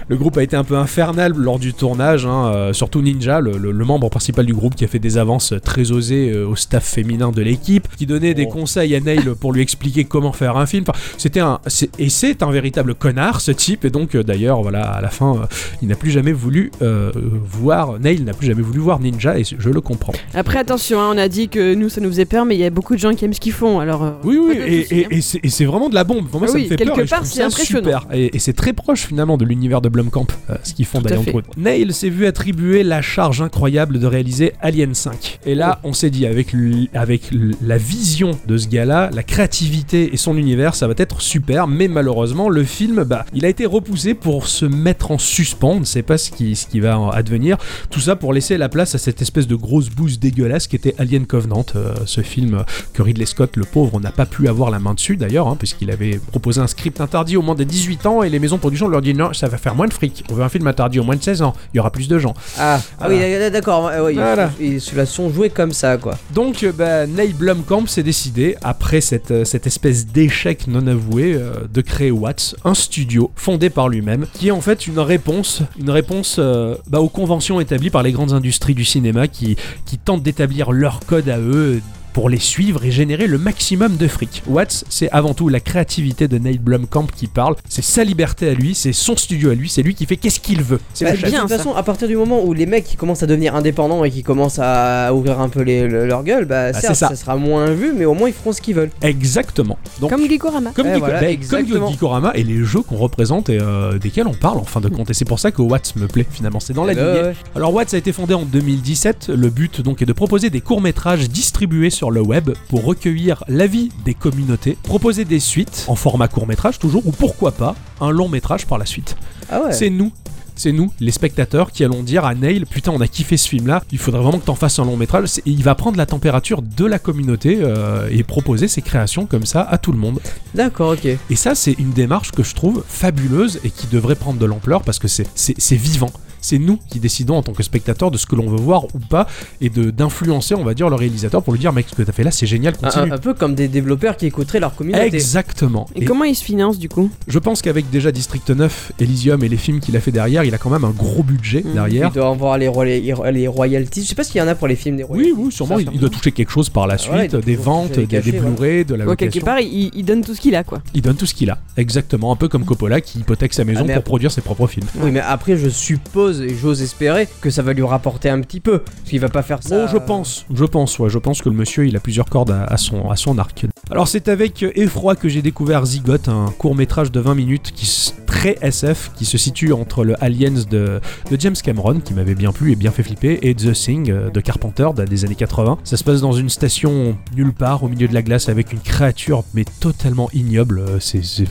Speaker 2: Le groupe a été un peu infernal lors du tournage, hein, euh, surtout Ninja, le, le- le membre principal du groupe qui a fait des avances très osées euh, au staff féminin de l'équipe, qui donnait des
Speaker 1: Oh.
Speaker 2: conseils à Neil pour lui expliquer comment faire un film. Enfin, c'était un, c'est- et c'est un véritable connard ce type. Et donc euh, d'ailleurs, voilà, à la fin, euh, il n'a plus jamais voulu euh, voir Neil n'a plus jamais voulu voir Ninja, et je le comprends.
Speaker 3: Après, attention, hein, on a dit que nous, ça nous faisait peur, mais il y a beaucoup de gens qui aiment ce qu'ils font, alors... euh,
Speaker 2: Oui, oui,
Speaker 3: pas de
Speaker 2: et,
Speaker 3: soucis,
Speaker 2: et- et c'est- et c'est vraiment de la bombe. Pour moi,
Speaker 3: Ah
Speaker 2: ça
Speaker 3: oui,
Speaker 2: me fait
Speaker 3: quelque
Speaker 2: peur. et je
Speaker 3: part,
Speaker 2: trouve
Speaker 3: c'est
Speaker 2: ça
Speaker 3: impressionnant.
Speaker 2: super. Et, et c'est très proche finalement de l'univers de Blomkamp, euh, ce qu'ils font
Speaker 3: Tout à
Speaker 2: d'ailleurs.
Speaker 3: fait.
Speaker 2: Neil s'est vu attribuer la charge incroyable de réaliser Alien 5. Et là,
Speaker 3: Oh.
Speaker 2: on s'est dit, avec, l- avec l- la vision de ce gars-là, la créativité et son univers, ça va être super. Mais malheureusement, le film, bah, il a été repoussé pour se mettre en suspens. On ne sait pas ce qui, ce qui va en advenir. Tout ça pour laisser la place à cette espèce de grosse bouse dégueulasse qui était Alien Covenant, euh, ce film que Ridley Scott, le pauvre, n'a pas pu avoir la main dessus d'ailleurs, hein, puisqu'il avait proposé un script interdit au moins des 18 ans et les maisons de production leur dit non, ça va faire moins de fric. On veut un film interdit au moins de 16 ans, il y aura plus de gens.
Speaker 1: Ah, ah oui, d'accord. ouais, ouais, ils-
Speaker 2: Voilà.
Speaker 1: Ils ils se la sont joués comme ça, quoi.
Speaker 2: Donc, euh, bah, Neil Blomkamp s'est décidé, après cette, euh, cette espèce d'échec non avoué, euh, de créer Watts, un studio fondé par lui-même, qui est en fait une réponse, une réponse euh, bah, aux conventions établies par les grandes industries du cinéma qui, qui tentent d'établir leur code à eux pour les suivre et générer le maximum de fric. Watts, c'est avant tout la créativité de Neil Blomkamp qui parle, c'est sa liberté à lui, c'est son studio à lui, c'est lui qui fait qu'est-ce qu'il veut. C'est
Speaker 1: Bah,
Speaker 2: le
Speaker 1: de
Speaker 2: chef.
Speaker 3: bien,
Speaker 1: toute
Speaker 3: ça.
Speaker 1: façon, à partir du moment où les mecs qui commencent à devenir indépendants et qui commencent à ouvrir un peu les- le- leur gueule, bah,
Speaker 2: Bah,
Speaker 1: certes,
Speaker 2: c'est ça.
Speaker 1: ça. sera moins vu, mais au moins ils feront ce qu'ils veulent.
Speaker 2: Exactement. Donc,
Speaker 3: Comme Gikorama.
Speaker 2: Comme,
Speaker 1: Eh,
Speaker 2: Geeko-
Speaker 1: voilà,
Speaker 2: bah, comme
Speaker 1: exactement.
Speaker 2: Geekorama et les jeux qu'on représente et euh, desquels on parle en fin de compte. Et c'est pour ça que Watts me plaît finalement, c'est dans la
Speaker 1: Eh ben,
Speaker 2: lignée.
Speaker 1: ouais.
Speaker 2: Alors Watts a été fondé en 2017. Le but donc est de proposer des courts-métrages distribués sur le web pour recueillir l'avis des communautés, proposer des suites en format court-métrage toujours ou pourquoi pas un long-métrage par la suite.
Speaker 1: Ah ouais.
Speaker 2: C'est nous. C'est nous, les spectateurs, qui allons dire à Neil Putain, on a kiffé ce film-là, il faudrait vraiment que t'en fasses un long métrage. C'est- Il va prendre la température de la communauté euh, et proposer ses créations comme ça à tout le monde.
Speaker 1: D'accord, ok.
Speaker 2: Et ça, c'est une démarche que je trouve fabuleuse et qui devrait prendre de l'ampleur parce que c'est- c'est c'est vivant. C'est nous qui décidons en tant que spectateurs de ce que l'on veut voir ou pas et de- d'influencer, on va dire, le réalisateur pour lui dire Mec, ce que t'as fait là, c'est génial,
Speaker 1: Un,
Speaker 2: continue.
Speaker 1: un- un peu comme des développeurs qui écouteraient leur communauté.
Speaker 2: Exactement.
Speaker 3: Et
Speaker 2: Et
Speaker 3: comment il se finance du coup
Speaker 2: je pense qu'avec déjà District 9, Elysium et les films qu'il a fait derrière, il a quand même un gros budget
Speaker 3: Mhm.
Speaker 2: derrière.
Speaker 1: Mmh. Il doit avoir les, roi- les, les royalties. Je sais pas s'il y en a pour les films des
Speaker 2: Oui,
Speaker 1: royalties.
Speaker 2: oui, sûrement,
Speaker 1: Ça,
Speaker 2: il, il
Speaker 1: sûrement.
Speaker 2: doit toucher quelque chose par la suite,
Speaker 1: Ouais, il doit
Speaker 2: des
Speaker 1: toujours
Speaker 2: ventes,
Speaker 1: toucher les
Speaker 2: des, des
Speaker 1: cachets, voilà.
Speaker 2: Blu-ray, de la
Speaker 3: Ouais,
Speaker 2: location.
Speaker 3: Quelque part, il, il donne tout ce qu'il a quoi.
Speaker 2: Il donne tout ce qu'il a, exactement, un peu comme Coppola qui hypothèque sa maison
Speaker 1: Ah, mais
Speaker 2: pour
Speaker 1: ap-
Speaker 2: produire ses propres films.
Speaker 1: Oui, mais après, je suppose et j'ose espérer que ça va lui rapporter un petit peu. Parce qu'il va pas faire ça. euh,
Speaker 2: Bon, je pense, je pense, ouais, je pense que le monsieur, il a plusieurs cordes à, à son, à son arc. Alors c'est avec effroi que j'ai découvert Zigote, un court métrage de 20 minutes qui s- très SF, qui se situe entre le Aliens de, de James Cameron, qui m'avait bien plu et bien fait flipper, et The Thing euh, de Carpenter date des années 80. Ça se passe dans une station nulle part, au milieu de la glace, avec une créature mais totalement ignoble. Euh, c'est- C'est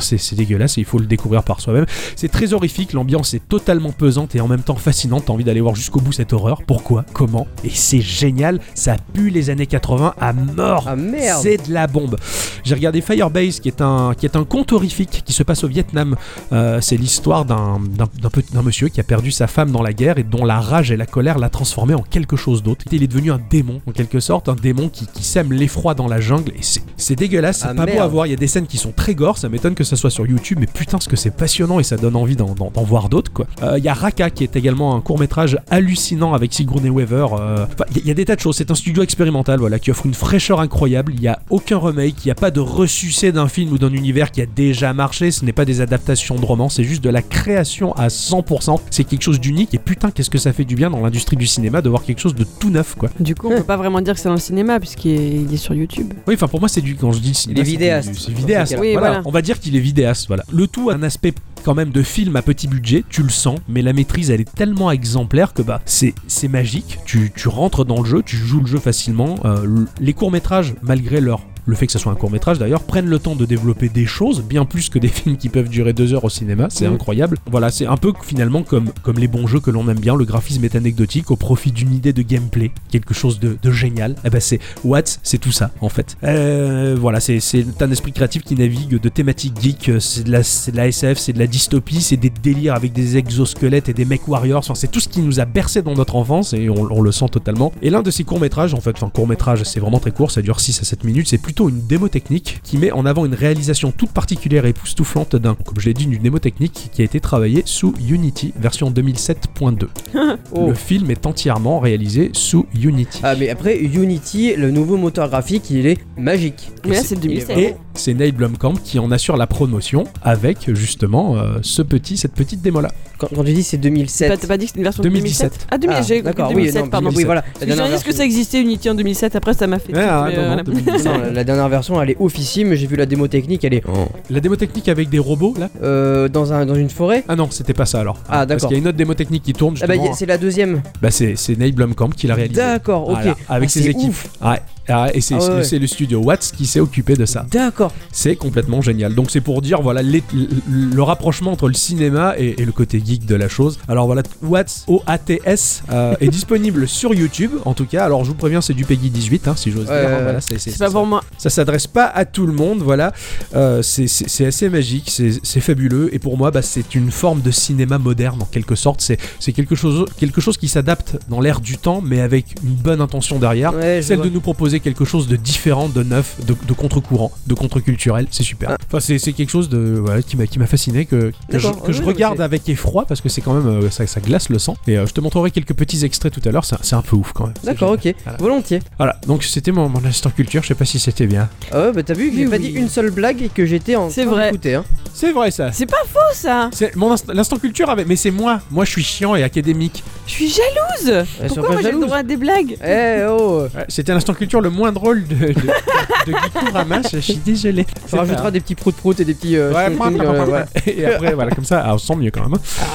Speaker 2: c'est- c'est dégueulasse, et il faut le découvrir par soi-même. C'est très horrifique, l'ambiance est totalement pesante et en même temps fascinante. T'as envie d'aller voir jusqu'au bout cette horreur. Pourquoi Comment Et c'est génial, ça pue les années 80 à mort.
Speaker 1: Ah merde.
Speaker 2: C'est de la bombe. J'ai regardé Firebase, qui est un qui est un conte horrifique qui se passe au Vietnam. Euh, c'est l'histoire d'un d'un- d'un petit- d'un monsieur qui a perdu sa femme dans la guerre et dont la rage et la colère l'a transformé en quelque chose d'autre. Il est devenu un démon en quelque sorte, un démon qui, qui sème l'effroi dans la jungle. Et c'est- c'est dégueulasse, c'est
Speaker 1: Ah,
Speaker 2: pas beau à
Speaker 1: merde.
Speaker 2: voir. Il y a des scènes qui sont très gore. Ça m'étonne que ça soit sur YouTube, mais putain ce que c'est passionnant et ça donne envie d'en d'en- d'en voir d'autres quoi. Euh, Il y a Raka qui est également un court métrage hallucinant avec Sigourney Weaver. euh, enfin, Il y, a- il y a des tas de choses. C'est un studio expérimental voilà qui offre une fraîcheur incroyable. Il n'y a aucun remake, il n'y a pas de ressucé d'un film ou d'un univers qui a déjà marché. Ce n'est pas des adaptations de romans, c'est juste de la création à 100%. C'est quelque chose d'unique et putain qu'est-ce que ça fait du bien dans l'industrie du cinéma de voir quelque chose de tout neuf quoi.
Speaker 3: Du coup, on peut pas vraiment dire que c'est dans le cinéma puisqu'il est, il est sur YouTube.
Speaker 2: Oui, enfin pour moi c'est du quand je dis cinéma,
Speaker 1: Il est
Speaker 2: c'est du-
Speaker 1: vidéaste.
Speaker 2: C'est vidéaste.
Speaker 3: Oui,
Speaker 2: voilà.
Speaker 3: voilà.
Speaker 2: On va dire qu'il est vidéaste. Voilà. Le tout a un aspect quand même de film à petit budget. Tu le sens, mais la maîtrise elle est tellement exemplaire que bah c'est c'est magique. Tu, tu rentres dans le jeu, tu joues le jeu facilement. Euh, l- les courts métrages, malgré leur le fait que ça soit un court métrage d'ailleurs, prennent le temps de développer des choses, bien plus que des (laughs) films qui peuvent durer deux heures au cinéma, c'est
Speaker 3: Mhm.
Speaker 2: incroyable. Voilà, c'est un peu finalement comme, comme les bons jeux que l'on aime bien, le graphisme est anecdotique au profit d'une idée de gameplay, quelque chose de, de génial. Eh ben c'est Watts, c'est tout ça en fait. Euh, voilà, c'est c'est un esprit créatif qui navigue de thématiques geek, euh, c'est de, la- c'est de la SF, c'est de la dystopie, c'est des délires avec des exosquelettes et des mech warriors, enfin, c'est tout ce qui nous a bercé dans notre enfance et on, on le sent totalement. Et l'un de ces courts-métrages, en fait, enfin court-métrage, c'est vraiment très court, ça dure 6 à 7 minutes, c'est plutôt une démo technique qui met en avant une réalisation toute particulière et époustouflante d'un, comme je l'ai dit, d'une démo technique qui a été travaillée sous Unity version 2007.2.
Speaker 1: Oh.
Speaker 2: Le film est entièrement réalisé sous Unity.
Speaker 1: Ah, mais après, Unity, le nouveau moteur graphique, il est magique.
Speaker 3: Mais là, c'est de
Speaker 1: il est
Speaker 3: 2007.
Speaker 1: vraiment-
Speaker 2: Et c'est Neil Blomkamp qui en assure la promotion avec justement euh, ce petit, cette petite démo là.
Speaker 1: Quand, quand tu dis c'est
Speaker 3: T'as
Speaker 1: 2007.
Speaker 3: pas- t'as pas dit que c'était une version de
Speaker 2: 2017.
Speaker 3: 2017 Ah, 2000,
Speaker 1: Ah,
Speaker 3: j'ai compris
Speaker 1: d'accord,
Speaker 3: 2007,
Speaker 1: oui, non,
Speaker 3: pardon.
Speaker 1: 2007.
Speaker 3: Oui,
Speaker 1: Oui, voilà.
Speaker 3: Je me suis dit que ça existait Unity en 2007, après ça m'a fait. tilt, mais, euh, voilà.
Speaker 1: Ah, Non, la, la dernière version, elle est oufissime. J'ai vu la démo technique, elle est
Speaker 2: (laughs) La démo technique avec des robots là
Speaker 1: euh, dans, un, dans une forêt.
Speaker 2: Ah non, c'était pas ça alors.
Speaker 1: Ah,
Speaker 2: Parce
Speaker 1: d'accord.
Speaker 2: qu'il y a une autre démo technique qui tourne
Speaker 1: Ah bah,
Speaker 2: justement.
Speaker 1: y a- c'est la deuxième.
Speaker 2: bah c'est c'est Neil Blomkamp qui l'a réalisé.
Speaker 1: D'accord, ok.
Speaker 2: Voilà, avec
Speaker 1: Ah,
Speaker 2: ses
Speaker 1: c'est
Speaker 2: équipes.
Speaker 1: ouf.
Speaker 2: Ouais. Ah, et c'est
Speaker 1: Ah ouais, ouais.
Speaker 2: c'est le studio Watts qui s'est occupé de ça.
Speaker 1: D'accord.
Speaker 2: C'est complètement génial. Donc c'est pour dire voilà les- le rapprochement entre le cinéma et, et le côté geek de la chose. Alors voilà, What's O-A-T-S euh, est disponible sur YouTube en tout cas. Alors je vous préviens, c'est du Peggy 18 hein, si j'ose
Speaker 1: Ouais,
Speaker 2: dire.
Speaker 1: ouais,
Speaker 2: Voilà,
Speaker 1: ouais.
Speaker 2: c'est- c'est-
Speaker 3: C'est
Speaker 2: ça.
Speaker 3: pas pour moi.
Speaker 2: Ça s'adresse pas à tout le monde, voilà. Euh, c'est- c'est c'est assez magique, c'est c'est fabuleux, et pour moi, bah, c'est une forme de cinéma moderne en quelque sorte. C'est c'est quelque chose, quelque chose qui s'adapte dans l'air du temps, mais avec une bonne intention derrière.
Speaker 1: Ouais, je
Speaker 2: Celle
Speaker 1: vois.
Speaker 2: de nous proposer quelque chose de différent, de neuf, de, de contre-courant, de contre-culturel, c'est super.
Speaker 1: Ah.
Speaker 2: Enfin, c'est c'est quelque chose de voilà, qui m'a qui m'a fasciné, que, que je,
Speaker 1: D'accord.
Speaker 2: que je
Speaker 1: Oui,
Speaker 2: regarde
Speaker 1: mais
Speaker 2: avec effroi, parce que c'est quand même euh, ça, ça glace le sang. Et euh, je te montrerai quelques petits extraits tout à l'heure, c'est c'est un peu ouf quand même. C'est
Speaker 1: D'accord,
Speaker 2: génial.
Speaker 1: ok.
Speaker 2: Voilà.
Speaker 1: Volontiers.
Speaker 2: Voilà, donc c'était mon, mon instant culture, je sais pas si c'était bien.
Speaker 1: Ah ouais, bah t'as vu que j'ai
Speaker 3: Oui,
Speaker 1: pas
Speaker 3: oui.
Speaker 1: dit une seule blague et que j'étais en
Speaker 3: C'est
Speaker 1: train
Speaker 3: vrai.
Speaker 1: d'écouter. Hein.
Speaker 2: C'est vrai ça.
Speaker 3: C'est pas faux ça
Speaker 2: C'est mon inst- l'instant culture avec mais c'est moi. Moi je suis chiant et académique.
Speaker 3: Je suis jalouse
Speaker 1: Elles sont
Speaker 3: Pourquoi
Speaker 1: pas
Speaker 3: moi j'ai le
Speaker 1: jalouses.
Speaker 3: droit à des blagues
Speaker 1: Eh oh
Speaker 2: C'était l'instant culture le moins drôle de de, de Geekorama, je suis désolé.
Speaker 1: On rajoutera des petits proutes proutes et des petits. euh,
Speaker 2: Ouais,
Speaker 1: chouing-chouing,
Speaker 2: moi, moi,
Speaker 1: euh,
Speaker 2: moi, moi.
Speaker 1: voilà.
Speaker 2: Et après voilà comme ça ah, on se sent mieux quand même. hein.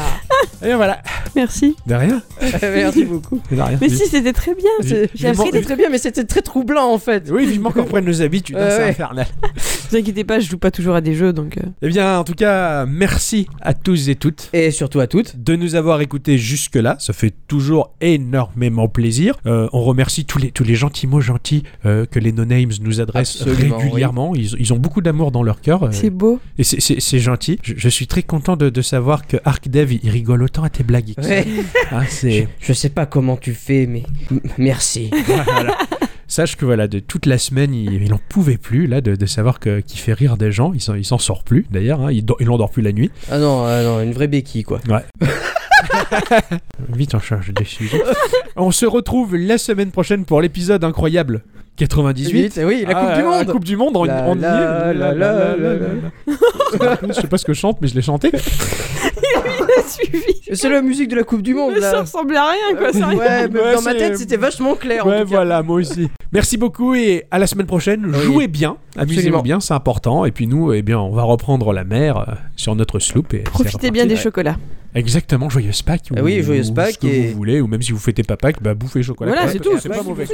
Speaker 2: Et voilà.
Speaker 3: Merci.
Speaker 2: De rien.
Speaker 1: (laughs)
Speaker 2: (laughs)
Speaker 1: Merci beaucoup.
Speaker 2: De rien.
Speaker 3: Mais si c'était très bien.
Speaker 2: Oui.
Speaker 3: c'est-
Speaker 2: J'ai
Speaker 1: J'ai
Speaker 2: appris
Speaker 1: appris
Speaker 2: des
Speaker 1: très bien, mais c'était très troublant en fait.
Speaker 2: Oui, vivement qu'on reprenne nos habitudes, hein,
Speaker 1: Ouais,
Speaker 2: c'est
Speaker 1: ouais.
Speaker 2: infernal.
Speaker 3: Ne vous inquiétez pas, je joue pas toujours à des jeux donc. euh,
Speaker 2: Eh bien, en tout cas, merci à tous et toutes
Speaker 1: Et surtout à toutes.
Speaker 2: de nous avoir écoutés jusque-là. Ça fait toujours énormément plaisir. Euh, on remercie tous les, tous les gentils mots gentils euh, que les no-names nous adressent
Speaker 1: Absolument,
Speaker 2: régulièrement. Ils, ils ont beaucoup d'amour dans leur cœur. euh,
Speaker 3: C'est beau. (laughs)
Speaker 2: et c'est- c'est c'est gentil. Je, je suis très content de, de savoir que ArcDev, il il rigole autant à tes blagues. Ix.
Speaker 1: Ouais.
Speaker 2: Hein,
Speaker 1: (laughs) Je,
Speaker 2: c'est-
Speaker 1: je sais pas comment tu fais, mais m- merci.
Speaker 2: (laughs) voilà. Sache que voilà, de toute la semaine, il il en pouvait plus là de, de savoir que- qu'il fait rire des gens. Il s'en- il s'en sort plus d'ailleurs. hein. Il dor- il n'endort plus la nuit.
Speaker 1: Ah non, ah non, une vraie béquille quoi.
Speaker 2: Vite, on change de sujet. (laughs) On se retrouve la semaine prochaine pour l'épisode incroyable 98.
Speaker 1: Vite, oui, la
Speaker 2: Ah,
Speaker 1: Coupe du Monde.
Speaker 2: La Coupe du Monde, on,
Speaker 1: La,
Speaker 2: on y est.
Speaker 1: la, la, la, la, la.
Speaker 2: Je sais pas ce que je chante, mais je l'ai (laughs) chanté.
Speaker 3: T'as suivi.
Speaker 1: C'est la musique de la Coupe du Monde
Speaker 3: Mais ça
Speaker 1: là.
Speaker 3: ressemble à rien quoi, ça.
Speaker 1: bah. Ouais, mais
Speaker 2: Ouais,
Speaker 1: dans ma
Speaker 2: c'est-
Speaker 1: tête, c'était vachement clair. en
Speaker 2: Ouais,
Speaker 1: tout cas.
Speaker 2: voilà, moi aussi. Merci beaucoup et à la semaine prochaine.
Speaker 1: Oui.
Speaker 2: Jouez bien, amusez-vous
Speaker 1: Absolument.
Speaker 2: bien, c'est important. Et puis nous, eh bien, on va reprendre la mer euh, sur notre sloop. Et c'est
Speaker 3: Profitez
Speaker 2: reparti.
Speaker 3: bien des
Speaker 1: Ouais.
Speaker 3: chocolats.
Speaker 2: Exactement, joyeuse Pâques.
Speaker 1: Ah oui, joyeuse
Speaker 2: ou Ce
Speaker 1: Pâques
Speaker 2: que
Speaker 1: et-
Speaker 2: vous voulez, ou même si vous fêtez pas Pâques, bah bouffez chocolat.
Speaker 3: Voilà,
Speaker 2: Ouais,
Speaker 3: c'est
Speaker 2: et
Speaker 3: tout,
Speaker 2: C'est pas mauvais.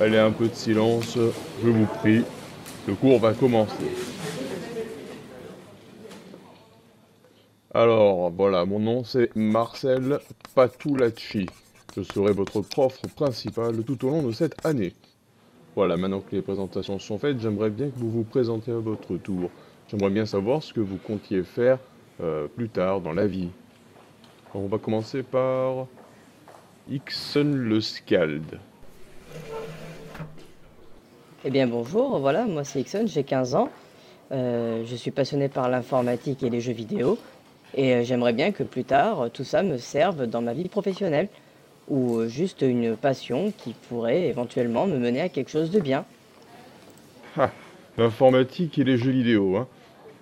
Speaker 6: Allez, un peu de silence, je vous prie. Le cours va commencer. Alors, voilà, mon nom c'est Marcel Patulacci. Je serai votre prof principal tout au long de cette année. Voilà, maintenant que les présentations sont faites, j'aimerais bien que vous vous présentez à votre tour. J'aimerais bien savoir ce que vous comptiez faire euh, plus tard dans la vie. On va commencer par Ixon le Scald.
Speaker 7: Eh bien bonjour, voilà, moi c'est Ixon, j'ai 15 ans. Euh, je suis passionné par l'informatique et les jeux vidéo. Et euh, j'aimerais bien que plus tard, euh, tout ça me serve dans ma vie professionnelle. Ou euh, juste une passion qui pourrait éventuellement me mener à quelque chose de bien.
Speaker 6: L'informatique et les jeux vidéo, hein.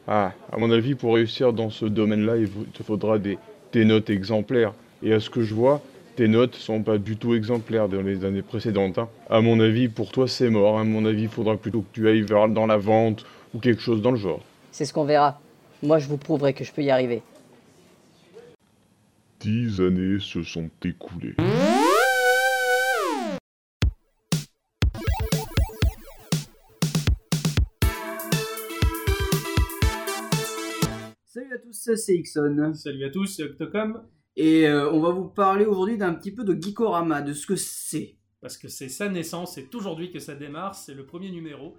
Speaker 6: Ah, à mon avis, pour réussir dans ce domaine-là, il vous- te faudra des, des notes exemplaires. Et à ce que je vois, tes notes sont pas du tout exemplaires dans les années précédentes. hein. À mon avis, pour toi, c'est mort. hein. À mon avis, il faudra plutôt que tu ailles vers dans la vente ou quelque chose dans le genre.
Speaker 7: C'est ce qu'on verra. Moi je vous prouverai que je peux y arriver.
Speaker 6: Dix années se sont écoulées.
Speaker 8: Salut à tous, c'est Ixon.
Speaker 9: Salut à tous, c'est Octocom.
Speaker 8: Et euh, on va vous parler aujourd'hui d'un petit peu de Geekorama, de ce que c'est.
Speaker 9: Parce que c'est sa naissance, c'est aujourd'hui que ça démarre, c'est le premier numéro.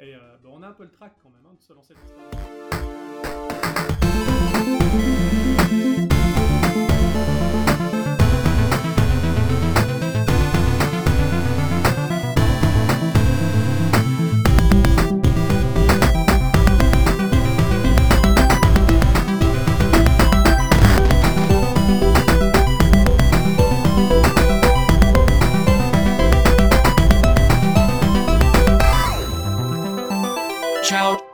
Speaker 9: Et euh, bon, on a un peu le trac quand même hein, de se lancer dans ça.
Speaker 10: Ciao,